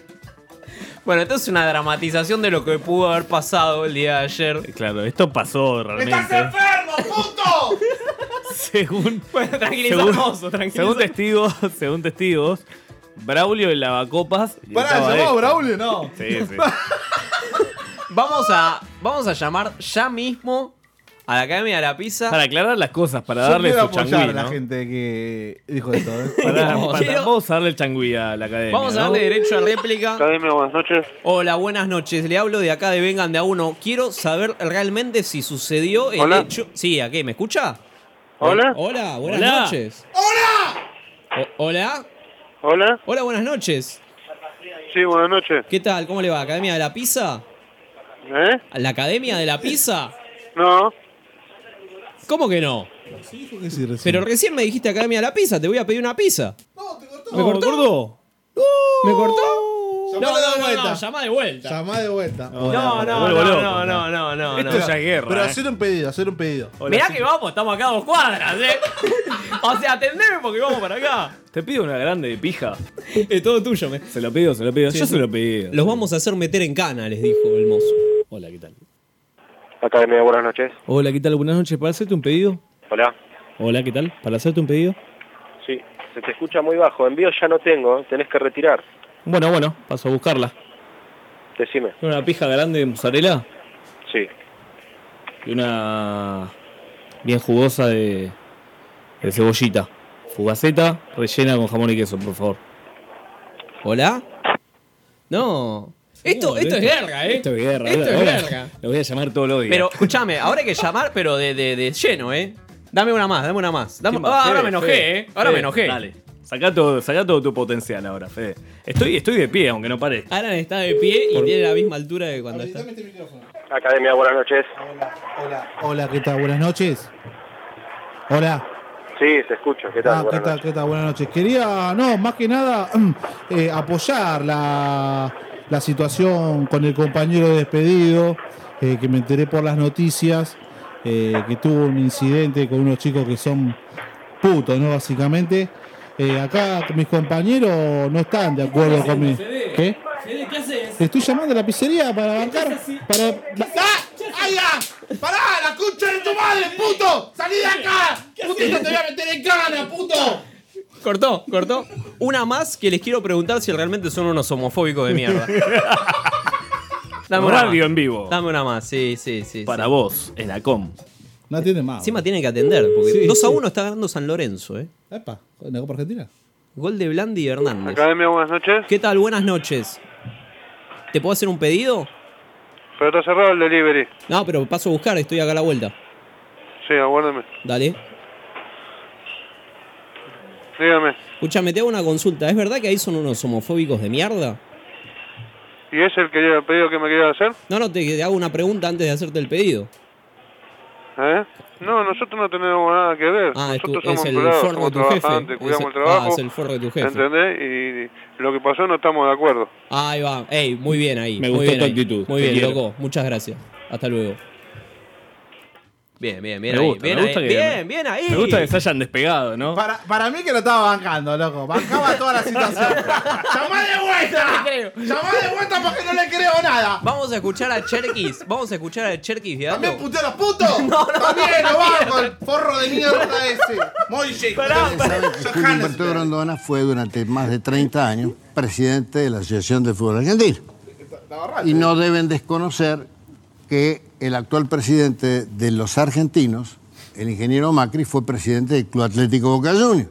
Speaker 2: Bueno, esto es una dramatización de lo que pudo haber pasado el día de ayer.
Speaker 3: Eh, Claro, esto pasó
Speaker 4: ¡Estás
Speaker 3: realmente.
Speaker 4: enfermo, puto!
Speaker 3: (laughs) Según.
Speaker 2: Bueno, tranquiliza,
Speaker 3: Según,
Speaker 2: (laughs) mozo, tranquiliza.
Speaker 3: según testigos, según testigos, Braulio el lavacopas.
Speaker 1: Pará,
Speaker 3: gritaba
Speaker 1: ¿llamó
Speaker 3: esto.
Speaker 1: a Braulio? No.
Speaker 3: Sí, sí.
Speaker 2: Vamos a, vamos a llamar ya mismo a la Academia de la Pizza.
Speaker 3: Para aclarar las cosas, para
Speaker 1: Yo
Speaker 3: darle
Speaker 1: quiero
Speaker 3: su
Speaker 1: apoyar
Speaker 3: changüí,
Speaker 1: a la
Speaker 3: ¿no?
Speaker 1: gente que dijo esto. ¿eh?
Speaker 3: Para,
Speaker 2: No,
Speaker 3: para-
Speaker 2: quiero-
Speaker 3: Vamos a darle el changüí a la academia.
Speaker 2: Vamos a darle
Speaker 3: ¿no?
Speaker 2: derecho a réplica.
Speaker 12: Academia, buenas noches.
Speaker 2: Hola, buenas noches. Le hablo de acá de Vengan de a uno. Quiero saber realmente si sucedió el
Speaker 12: Hola.
Speaker 2: hecho. Sí, ¿a qué? ¿Me escucha?
Speaker 12: Hola.
Speaker 2: Hola, buenas
Speaker 3: Hola.
Speaker 2: noches. ¡Hola! hola.
Speaker 12: Hola.
Speaker 2: Hola, buenas noches.
Speaker 12: Sí, buenas noches.
Speaker 2: ¿Qué tal? ¿Cómo le va? ¿Academia de la Pizza?
Speaker 12: ¿Eh?
Speaker 2: ¿A ¿La Academia de la Pizza?
Speaker 12: No.
Speaker 2: ¿Cómo que no? Pero recién me dijiste Academia de la Pizza, te voy a pedir una pizza.
Speaker 1: ¿Me cortó?
Speaker 2: ¿Me cortó? No,
Speaker 1: Llamá de
Speaker 2: no, no,
Speaker 1: vuelta.
Speaker 2: no, llamá de vuelta.
Speaker 1: Llamá de
Speaker 2: No,
Speaker 1: vuelta.
Speaker 2: no,
Speaker 3: Vuelvo
Speaker 2: no,
Speaker 3: loco,
Speaker 2: no, no, no, no,
Speaker 3: Esto
Speaker 2: no.
Speaker 3: ya es guerra.
Speaker 1: Pero
Speaker 3: eh.
Speaker 1: hacer un pedido, hacer un pedido.
Speaker 2: Mirá que vamos, estamos acá a dos cuadras, ¿eh? o sea, atendeme porque vamos para acá.
Speaker 3: Te pido una grande de pija.
Speaker 2: Es todo tuyo, me.
Speaker 3: Se lo pido, se lo pido.
Speaker 2: Sí,
Speaker 3: Yo
Speaker 2: sí.
Speaker 3: se lo pido.
Speaker 2: Los vamos a hacer meter en cana, les dijo el mozo.
Speaker 3: Hola, ¿qué tal?
Speaker 12: Academia, buenas noches.
Speaker 3: Hola, ¿qué tal? Buenas noches. ¿Para hacerte un pedido?
Speaker 12: Hola.
Speaker 3: Hola, ¿qué tal? ¿Para hacerte un pedido?
Speaker 12: Sí, se te escucha muy bajo. Envío ya no tengo, tenés que retirar.
Speaker 3: Bueno, bueno, paso a buscarla.
Speaker 12: Decime.
Speaker 3: Una pija grande de mozzarella
Speaker 12: Sí.
Speaker 3: y una bien jugosa de, de cebollita. Fugaceta rellena con jamón y queso, por favor.
Speaker 2: ¿Hola? No. Esto, esto es guerra, ¿eh?
Speaker 3: Uh, Esto es guerra.
Speaker 2: Esto es
Speaker 3: Ahora
Speaker 2: guerra.
Speaker 3: Lo voy a llamar todos los días.
Speaker 2: Pero escúchame, ahora hay que llamar, pero de, de, de lleno, ¿eh? Dame una más, dame una más. Dame-
Speaker 3: Sí,
Speaker 2: ah,
Speaker 3: Fede,
Speaker 2: ahora me enojé,
Speaker 3: Fede,
Speaker 2: ¿eh? Ahora
Speaker 3: Fede,
Speaker 2: me enojé.
Speaker 3: Dale. Sacá todo, sacá todo tu potencial ahora, Fede. Estoy, estoy de pie, aunque no parezca.
Speaker 2: Alan está de pie y tiene la misma altura que cuando está.
Speaker 1: Dame este micrófono.
Speaker 12: Academia, buenas noches.
Speaker 1: Hola, hola, ¿qué tal? Buenas noches. Hola.
Speaker 12: Sí, se escucha. ¿Qué
Speaker 1: Ah, ¿qué tal? ¿Qué tal? Buenas noches. Quería, no, más que nada, eh, apoyar la, la situación con el compañero despedido, eh, que me enteré por las noticias, eh, que tuvo un incidente con unos chicos que son putos, ¿no? Básicamente. Eh, acá mis compañeros no están de acuerdo conmigo. ¿Qué?
Speaker 2: ¿Qué haces?
Speaker 1: Te estoy llamando a la pizzería para bancar. Para, ¡Ah!
Speaker 4: ¡Ay, ya! ¡Pará! ¡La concha de tu madre, puto! ¡Salí de acá! ¡Putito, te voy a meter en cana, puto!
Speaker 2: Cortó, cortó. Una más que les quiero preguntar si realmente son unos homofóbicos
Speaker 3: (laughs)
Speaker 2: de mierda. Dame una
Speaker 3: Radio
Speaker 2: más.
Speaker 3: en vivo.
Speaker 2: Dame una más, sí, sí, sí.
Speaker 3: Para
Speaker 2: sí.
Speaker 3: vos, en la com.
Speaker 1: no tiene más.
Speaker 2: Encima tiene que atender, porque
Speaker 1: Sí,
Speaker 2: 2 a
Speaker 1: sí.
Speaker 2: 1 está ganando San Lorenzo, ¿eh?
Speaker 1: Epa, ¿en la Copa Argentina?
Speaker 2: Gol de Blandi y Hernández.
Speaker 12: Academia, buenas noches.
Speaker 2: ¿Qué tal? Buenas noches. ¿Te puedo hacer un pedido?
Speaker 12: Pero está cerrado el delivery.
Speaker 2: No, pero paso a buscar, estoy acá a la vuelta.
Speaker 12: Sí, aguárdame.
Speaker 2: Dale.
Speaker 12: Dígame.
Speaker 2: Escuchame, te hago una consulta. ¿Es verdad que ahí son unos homofóbicos de mierda?
Speaker 12: ¿Y es el, que, el pedido que me quería hacer?
Speaker 2: No, no, te, te hago una pregunta antes de hacerte el pedido.
Speaker 12: ¿Eh? No, nosotros no tenemos nada que ver.
Speaker 2: Ah, es, tu-
Speaker 12: nosotros
Speaker 2: es
Speaker 12: somos
Speaker 2: el
Speaker 12: empleados,
Speaker 2: forro de
Speaker 12: somos
Speaker 2: tu jefe.
Speaker 12: trabajantes, cuidamos
Speaker 2: Es-
Speaker 12: el trabajo.
Speaker 2: Ah, es el forro de tu jefe.
Speaker 12: ¿Entendés? Y lo que pasó no estamos de acuerdo.
Speaker 2: Ahí va. Ey, muy bien ahí.
Speaker 3: Me
Speaker 2: muy
Speaker 3: gustó
Speaker 2: bien
Speaker 3: tu
Speaker 2: ahí.
Speaker 3: actitud.
Speaker 2: Muy
Speaker 3: Te
Speaker 2: bien,
Speaker 3: quiero.
Speaker 2: loco. Muchas gracias. Hasta luego. Bien, bien, bien.
Speaker 3: Me
Speaker 2: ahí.
Speaker 3: gusta,
Speaker 2: bien,
Speaker 3: me gusta
Speaker 2: ahí.
Speaker 3: que-
Speaker 2: bien, bien ahí.
Speaker 3: Me gusta que se hayan despegado, ¿no?
Speaker 1: Para, para mí que lo estaba bancando, loco. Bancaba toda la situación.
Speaker 4: ¡Llamá de vuelta!
Speaker 2: Creo.
Speaker 4: ¡Llamá de vuelta porque no le creo nada!
Speaker 2: Vamos a escuchar a Cherkis. Vamos a escuchar a Cherkis de
Speaker 4: ¡También putea a los putos!
Speaker 2: (laughs) No, no,
Speaker 4: ¡También
Speaker 2: no,
Speaker 4: lo
Speaker 2: no,
Speaker 4: bajo! ¡El forro de mierda ese! ¡Moille! ¡Johannes!
Speaker 18: Humberto Grondona fue durante más de 30 años presidente de la Asociación de Fútbol Argentino. Y no deben desconocer que el actual presidente de los argentinos el ingeniero Macri fue presidente del Club Atlético Boca Juniors.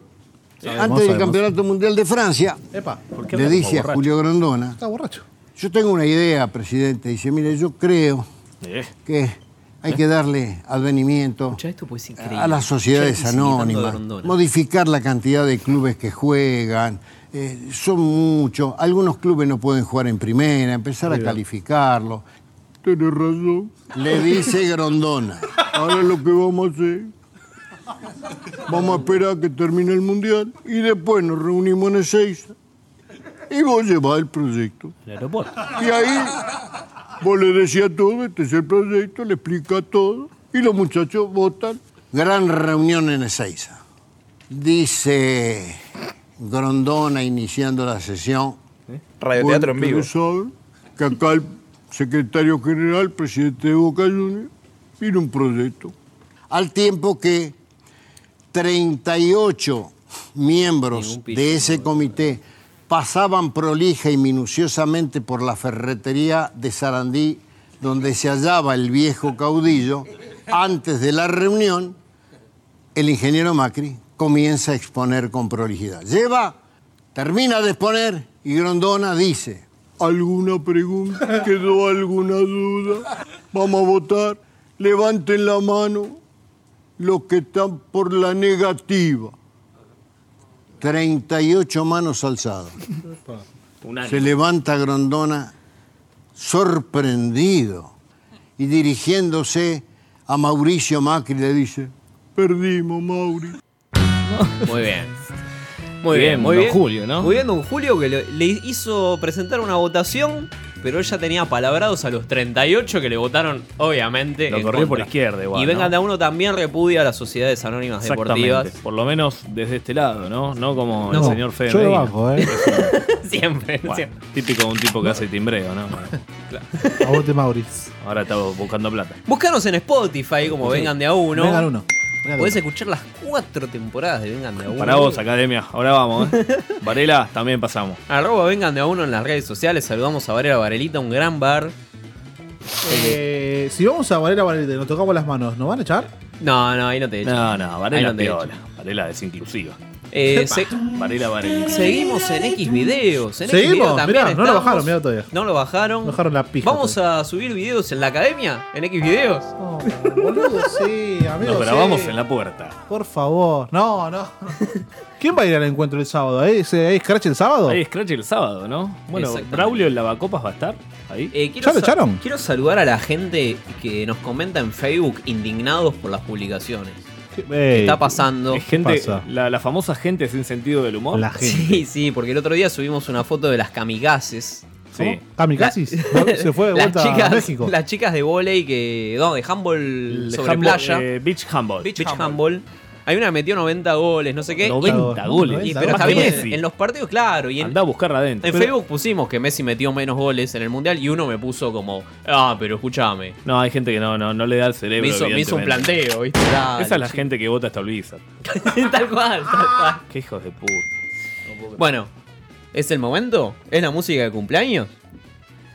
Speaker 13: Sabemos,
Speaker 18: Antes del
Speaker 13: sabemos.
Speaker 18: Campeonato Mundial de Francia,
Speaker 1: Epa,
Speaker 13: qué
Speaker 18: le
Speaker 13: habla como
Speaker 18: dice a
Speaker 13: borracho?
Speaker 18: Julio Grondona,
Speaker 1: Está borracho.
Speaker 18: yo tengo una idea, presidente. Dice, mire, yo creo
Speaker 2: Eh.
Speaker 18: que hay que darle advenimiento
Speaker 2: pues,
Speaker 18: a las
Speaker 13: Yo,
Speaker 18: sociedades
Speaker 13: y imitando a
Speaker 18: anónimas,
Speaker 13: Grondona.
Speaker 18: modificar la cantidad de clubes que juegan. eh, son muchos, algunos clubes no pueden jugar en primera, empezar a calificarlo. Tienes razón. Le dice Grondona. Ahora lo que vamos a hacer, vamos a esperar a que termine el mundial y después nos reunimos en Ezeiza y vos llevás el proyecto. Y ahí vos le decías todo, este es el proyecto, le explica todo y los muchachos votan. Gran reunión en Ezeiza. Dice Grondona iniciando la sesión.
Speaker 5: Radioteatro en vivo.
Speaker 18: Ustedes saben que acá el secretario general, presidente de Boca Juniors, vino un proyecto. Al tiempo que 38 miembros de ese comité pasaban prolija y minuciosamente por la ferretería de Sarandí, donde se hallaba el viejo caudillo, antes de la reunión, el ingeniero Macri comienza a exponer con prolijidad. Lleva, termina de exponer y Grondona dice, ¿alguna pregunta? ¿Quedó alguna duda? Vamos a votar. Levanten la mano los que están por la negativa. 38 manos alzadas. Se levanta Grondona sorprendido y dirigiéndose a Mauricio Macri le dice, perdimos Mauri.
Speaker 2: Muy bien. Muy bien,
Speaker 3: Bien,
Speaker 2: muy
Speaker 3: don
Speaker 2: bien.
Speaker 3: Julio, ¿no?
Speaker 2: Muy bien, don Julio, que le, le hizo presentar una votación, pero él ya tenía palabrados a los 38 que le votaron, obviamente.
Speaker 3: Lo
Speaker 2: en
Speaker 3: corrió por
Speaker 2: contra.
Speaker 3: izquierda igual,
Speaker 2: Y vengan
Speaker 3: ¿no?
Speaker 2: de a uno también repudia a las sociedades anónimas
Speaker 3: Exactamente.
Speaker 2: deportivas.
Speaker 3: Por lo menos desde este lado, ¿no? No como
Speaker 2: No,
Speaker 3: el señor Fede
Speaker 2: yo lo
Speaker 3: Medina.
Speaker 1: bajo, ¿eh?
Speaker 2: (laughs) siempre,
Speaker 3: Bueno,
Speaker 2: siempre.
Speaker 3: Típico de un tipo que hace timbreo, ¿no?
Speaker 1: A vos te Mauriz.
Speaker 3: Ahora está buscando plata.
Speaker 2: Búscanos en Spotify, como
Speaker 3: Sí.
Speaker 2: vengan de a uno.
Speaker 3: Vengan uno. Vengan de
Speaker 2: Podés
Speaker 3: uno.
Speaker 2: escuchar las cuatro temporadas de Vengan de a uno.
Speaker 3: Para vos, academia. Ahora vamos, ¿eh? Varela, también pasamos.
Speaker 2: Arroba vengan de a uno en las redes sociales. Saludamos a Varela Varelita, un gran bar.
Speaker 1: Eh, si vamos a Valera Valera y nos tocamos las manos, ¿nos van a echar?
Speaker 2: No, no, ahí no te echan.
Speaker 3: No, no, Varela
Speaker 2: Ahí no te
Speaker 3: piola. Varela es inclusiva.
Speaker 2: Eh, se-
Speaker 3: Varela, Varela.
Speaker 2: Seguimos en X videos. En
Speaker 1: Seguimos,
Speaker 2: Xvideos también
Speaker 1: mirá, no lo
Speaker 2: estamos.
Speaker 1: bajaron, mirá todavía.
Speaker 2: No lo bajaron.
Speaker 1: Bajaron la pija.
Speaker 2: Vamos a subir videos en la academia, en X videos.
Speaker 1: Boludo, sí, amigo.
Speaker 3: Nos
Speaker 1: sí.
Speaker 3: grabamos en la puerta.
Speaker 1: Por favor. No, no. ¿Quién va a ir al encuentro el sábado? ¿Hay, hay Scratch el sábado?
Speaker 3: Ahí Scratch el sábado, ¿no? Bueno,
Speaker 2: Oh. Exactamente.
Speaker 3: Braulio el lavacopas va a estar ahí.
Speaker 2: Eh, quiero
Speaker 1: ¿Ya lo
Speaker 2: sa-
Speaker 1: echaron?
Speaker 2: Quiero saludar a la gente que nos comenta en Facebook indignados por las publicaciones.
Speaker 1: eh,
Speaker 2: ¿Qué está pasando?
Speaker 3: Es gente, La, la famosa gente sin sentido del humor.
Speaker 2: (laughs) Sí, sí, porque el otro día subimos una foto de las kamikazes.
Speaker 3: Sí.
Speaker 1: ¿Kamikazes?
Speaker 2: La-
Speaker 1: Ah, Se fue
Speaker 2: (laughs)
Speaker 1: de
Speaker 2: las
Speaker 1: vuelta a
Speaker 2: chicas,
Speaker 1: México.
Speaker 2: Las chicas de volei que. No, de handball
Speaker 3: De
Speaker 2: sobre
Speaker 3: handball,
Speaker 2: playa.
Speaker 3: eh, beach handball.
Speaker 2: Beach, handball. Hay una que metió 90 goles, no sé qué.
Speaker 3: 90 goles.
Speaker 2: Y- pero
Speaker 3: Más
Speaker 2: está
Speaker 3: que
Speaker 2: bien,
Speaker 3: Messi.
Speaker 2: en los partidos, claro. Y en,
Speaker 3: Andá a buscarla adentro.
Speaker 2: en Facebook pusimos que Messi metió menos goles en el mundial y uno me puso como. Ah, pero escúchame.
Speaker 3: No, hay gente que no, no, no le da el cerebro.
Speaker 2: Me hizo- me hizo un
Speaker 3: evidentemente.
Speaker 2: planteo, ¿viste? Dale,
Speaker 3: Esa es la
Speaker 2: chico.
Speaker 3: gente que vota hasta Luisa.
Speaker 2: (laughs) tal cual, tal cual.
Speaker 3: Qué hijos de puta.
Speaker 2: Bueno, ¿es el momento? ¿Es la música de cumpleaños?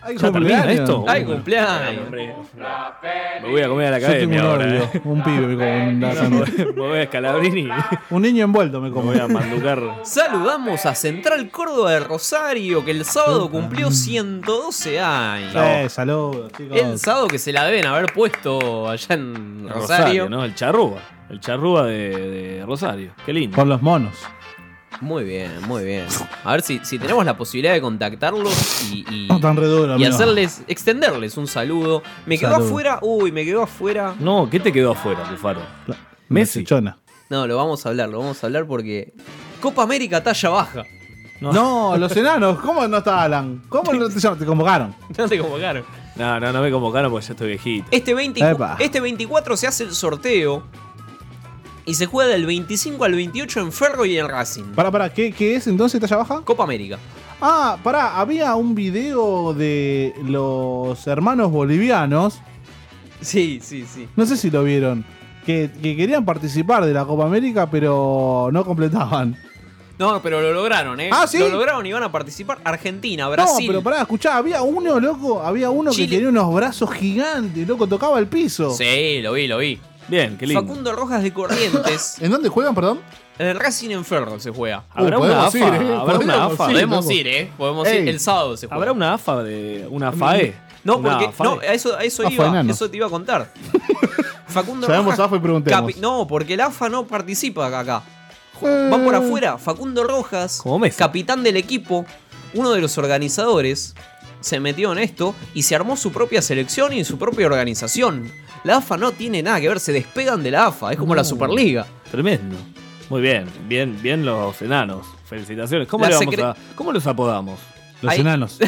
Speaker 1: ¿Hay
Speaker 3: ¿Ya termina esto?
Speaker 2: ¡Ay,
Speaker 3: Bueno,
Speaker 2: cumpleaños!
Speaker 3: Me voy a comer a la
Speaker 1: Yo tengo un
Speaker 3: academia ahora.
Speaker 1: novio,
Speaker 3: ¿eh? (laughs)
Speaker 1: un pibe me come un
Speaker 3: No, me voy a Scalabrini.
Speaker 1: (laughs)
Speaker 3: Me
Speaker 1: Un niño envuelto me come.
Speaker 3: voy a manducar.
Speaker 2: Saludamos a Central Córdoba de Rosario, que el sábado cumplió 112
Speaker 1: Eh,
Speaker 2: años.
Speaker 1: saludos, chicos.
Speaker 2: El sábado que se la deben haber puesto allá en
Speaker 3: Rosario,
Speaker 2: Rosario.
Speaker 3: ¿no? El charrúa. El charrúa de, de Rosario. Qué lindo.
Speaker 1: Con los monos.
Speaker 2: Muy bien, muy bien. A ver si, si tenemos la posibilidad de contactarlos y, y-
Speaker 1: No tan re duro,
Speaker 2: y
Speaker 1: amigo.
Speaker 2: hacerles, extenderles un saludo. Me quedó
Speaker 1: Saludo.
Speaker 2: afuera, uy, me quedó afuera.
Speaker 3: No, ¿qué te quedó afuera, Bufaro?
Speaker 1: Messi. Chona.
Speaker 2: No, lo vamos a hablar, lo vamos a hablar porque Copa América talla baja.
Speaker 1: No. los enanos, ¿cómo no está Alan? ¿Cómo no te, ya te convocaron?
Speaker 2: No te convocaron.
Speaker 3: No, no, no me convocaron porque ya estoy viejito.
Speaker 2: Este, 24
Speaker 1: Epa.
Speaker 2: este 24 se hace el sorteo y se juega del 25 al 28 en Ferro y en Racing.
Speaker 1: Pará, pará, ¿qué, qué es entonces talla baja?
Speaker 2: Copa América.
Speaker 1: Ah, pará, había un video de los hermanos bolivianos,
Speaker 2: Sí, sí, sí.
Speaker 1: no sé si lo vieron, que, que querían participar de la Copa América, pero no completaban.
Speaker 2: No, pero lo lograron, ¿eh?
Speaker 1: Ah, ¿sí?
Speaker 2: Lo lograron y van a participar Argentina, Brasil.
Speaker 1: No, pero pará, escuchá, había uno, loco, había uno
Speaker 2: Chile.
Speaker 1: que tenía unos brazos gigantes, loco, tocaba el piso.
Speaker 2: Sí, lo vi, lo vi.
Speaker 3: Bien, qué lindo.
Speaker 2: Facundo Rojas de Corrientes. (laughs)
Speaker 19: ¿En dónde juegan, perdón?
Speaker 2: En el Racing en Ferro se juega.
Speaker 1: Uh,
Speaker 3: ¿Habrá una
Speaker 19: podemos
Speaker 3: AFA?
Speaker 19: ir, eh,
Speaker 3: ¿Habrá una
Speaker 19: podemos ir,
Speaker 3: AFA?
Speaker 2: Podemos ir, ¿eh? Podemos ir.
Speaker 3: Ey.
Speaker 2: El sábado se juega.
Speaker 3: ¿Habrá una AFA de una
Speaker 1: Mm.
Speaker 3: FAE?
Speaker 2: No, porque.
Speaker 3: Una AFA.
Speaker 2: No, eh. a eso, a eso
Speaker 19: AFA
Speaker 2: iba.
Speaker 19: Ah, enano.
Speaker 2: Eso te iba
Speaker 19: (laughs)
Speaker 2: a contar. Facundo
Speaker 19: Sabemos
Speaker 2: Rojas.
Speaker 19: AFA y preguntemos.
Speaker 2: capi- no, porque el AFA no participa acá.
Speaker 19: Eh.
Speaker 2: Ju- Va por afuera. Facundo Rojas, capitán del equipo, uno de los organizadores, se metió en esto y se armó su propia selección y su propia organización. La AFA no tiene nada que ver, se despegan de la AFA, es como la
Speaker 3: No.
Speaker 2: Superliga.
Speaker 3: Tremendo. Muy bien, bien, bien los enanos. Felicitaciones. ¿Cómo,
Speaker 2: La
Speaker 3: le vamos
Speaker 2: secre-
Speaker 3: a- ¿cómo los apodamos?
Speaker 1: Los
Speaker 3: Ahí-
Speaker 1: enanos.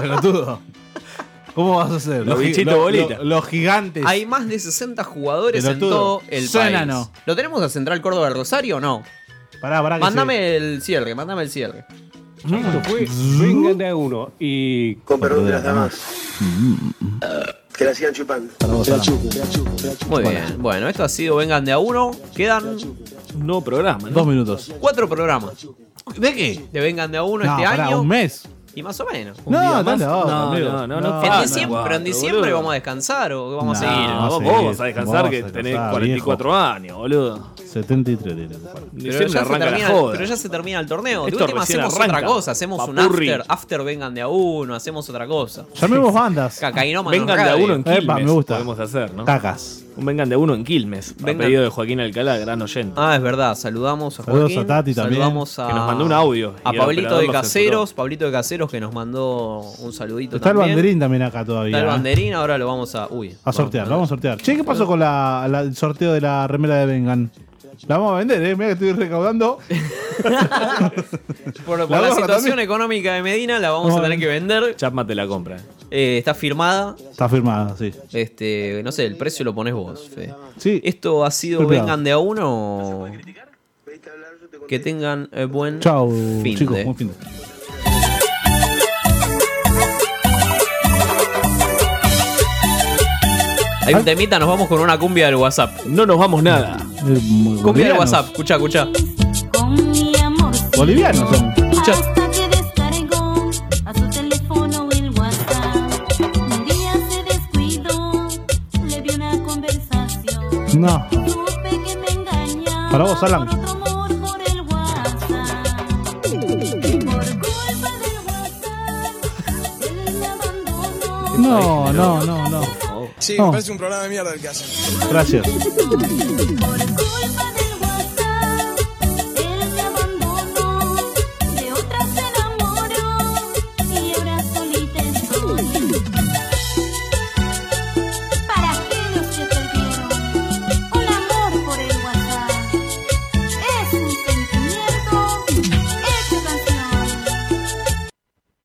Speaker 1: Pelotudo. ¿Cómo vas a hacer?
Speaker 3: Los bichitos
Speaker 1: lo-
Speaker 3: bolita.
Speaker 1: lo- Los gigantes.
Speaker 2: Hay más de 60 jugadores en
Speaker 1: Pelotudo.
Speaker 2: todo el
Speaker 1: Suena,
Speaker 2: país.
Speaker 1: no.
Speaker 2: ¿Lo tenemos a Central Córdoba de Rosario o no?
Speaker 1: Pará, pará. que
Speaker 2: Mándame el cierre, mándame el cierre.
Speaker 20: Esto
Speaker 1: Mm.
Speaker 20: fue Vengan de a uno y. Con perdón de las damas. Mm. Que la sigan chupando. Te la chupo, te la chupo, te la chupo.
Speaker 2: Muy bien. Bueno, esto ha sido Vengan de a uno. Quedan
Speaker 3: Un nuevo programa.
Speaker 1: Dos minutos.
Speaker 2: cuatro programas.
Speaker 1: ¿De qué?
Speaker 2: De Vengan de a uno
Speaker 1: No,
Speaker 2: este
Speaker 1: pará,
Speaker 2: año.
Speaker 1: un mes.
Speaker 2: Y más o menos.
Speaker 1: No,
Speaker 3: día más.
Speaker 1: dale ahora,
Speaker 3: No,
Speaker 1: amigo.
Speaker 3: no, no, no.
Speaker 2: en
Speaker 3: Ah,
Speaker 2: diciembre,
Speaker 3: cuatro,
Speaker 2: en diciembre
Speaker 3: boludo.
Speaker 2: vamos a descansar o vamos
Speaker 3: No,
Speaker 2: a seguir.
Speaker 3: vos-
Speaker 1: Ah, sí,
Speaker 3: vos vas a descansar
Speaker 1: vos
Speaker 3: que
Speaker 1: vas a
Speaker 3: tenés
Speaker 1: descansar,
Speaker 3: 44 años, boludo.
Speaker 1: 73 tiene que jugar.
Speaker 2: Pero
Speaker 3: Diciembre
Speaker 2: ya, se
Speaker 3: arranca
Speaker 2: termina,
Speaker 3: la joda.
Speaker 2: pero ya se termina el torneo. De
Speaker 3: Esto
Speaker 2: última
Speaker 3: recién
Speaker 2: hacemos
Speaker 3: arranca.
Speaker 2: otra cosa. Hacemos
Speaker 3: Papurri.
Speaker 2: un after. After vengan de a uno. Hacemos otra cosa. (laughs)
Speaker 1: Llamemos bandas.
Speaker 2: Cacainómanos
Speaker 3: Vengan de a
Speaker 2: Radio.
Speaker 3: uno en Quilmes.
Speaker 1: Epa, me gusta.
Speaker 3: Podemos hacer, ¿no?
Speaker 1: Cacas.
Speaker 3: Un vengan de a uno en Quilmes. A
Speaker 2: Vengan-
Speaker 3: pedido de Joaquín Alcalá, gran oyente.
Speaker 2: Ah, es verdad. Saludamos a
Speaker 3: Saludos
Speaker 2: Joaquín.
Speaker 3: a Tati también.
Speaker 2: Saludamos a,
Speaker 3: Que nos mandó un audio
Speaker 2: A
Speaker 3: y el
Speaker 2: Pablito
Speaker 3: operador
Speaker 2: de
Speaker 3: lo
Speaker 2: Caseros. Pablito de Caseros que nos mandó un saludito
Speaker 1: Está el
Speaker 2: también.
Speaker 1: banderín también acá todavía.
Speaker 2: Está el
Speaker 1: ¿eh?
Speaker 2: banderín. Ahora lo vamos a... Uy.
Speaker 1: A sortear, lo vamos a sortear. Che, ¿qué pasó con la, la- el sorteo de la remera de Vengan? La vamos a vender, eh. Mira que estoy recaudando.
Speaker 2: Por, por
Speaker 1: La
Speaker 2: la
Speaker 1: gorra
Speaker 2: situación
Speaker 1: también.
Speaker 2: económica de Medina la vamos a
Speaker 1: No,
Speaker 2: tener que vender.
Speaker 3: Chapma te la compra.
Speaker 2: Eh, está firmada.
Speaker 1: Está firmada, sí.
Speaker 2: Este, no sé, el precio lo pones vos, Fede.
Speaker 1: Sí.
Speaker 2: Esto ha sido
Speaker 1: Perfecto.
Speaker 2: Vengan de a uno. Que tengan eh, buen
Speaker 1: Chao,
Speaker 2: fin
Speaker 1: chicos.
Speaker 2: de.
Speaker 1: Buen fin de.
Speaker 2: Hay un temita, nos vamos con una cumbia del WhatsApp.
Speaker 3: No nos vamos nada.
Speaker 2: Cumbia del WhatsApp, escucha, escucha.
Speaker 1: Bolivianos son.
Speaker 9: Hasta que descargó a su teléfono el WhatsApp. Un día se descuidó, le vi una conversación.
Speaker 1: No.
Speaker 9: Supe que me engañaba
Speaker 1: Para vos, Alan.
Speaker 9: por otro amor por el WhatsApp. Por culpa del WhatsApp, él me abandonó.
Speaker 1: No, no, no, no.
Speaker 9: Sí,
Speaker 1: No.
Speaker 2: Oh.
Speaker 9: un programa de mierda el que hacen.
Speaker 1: Gracias.
Speaker 9: Por culpa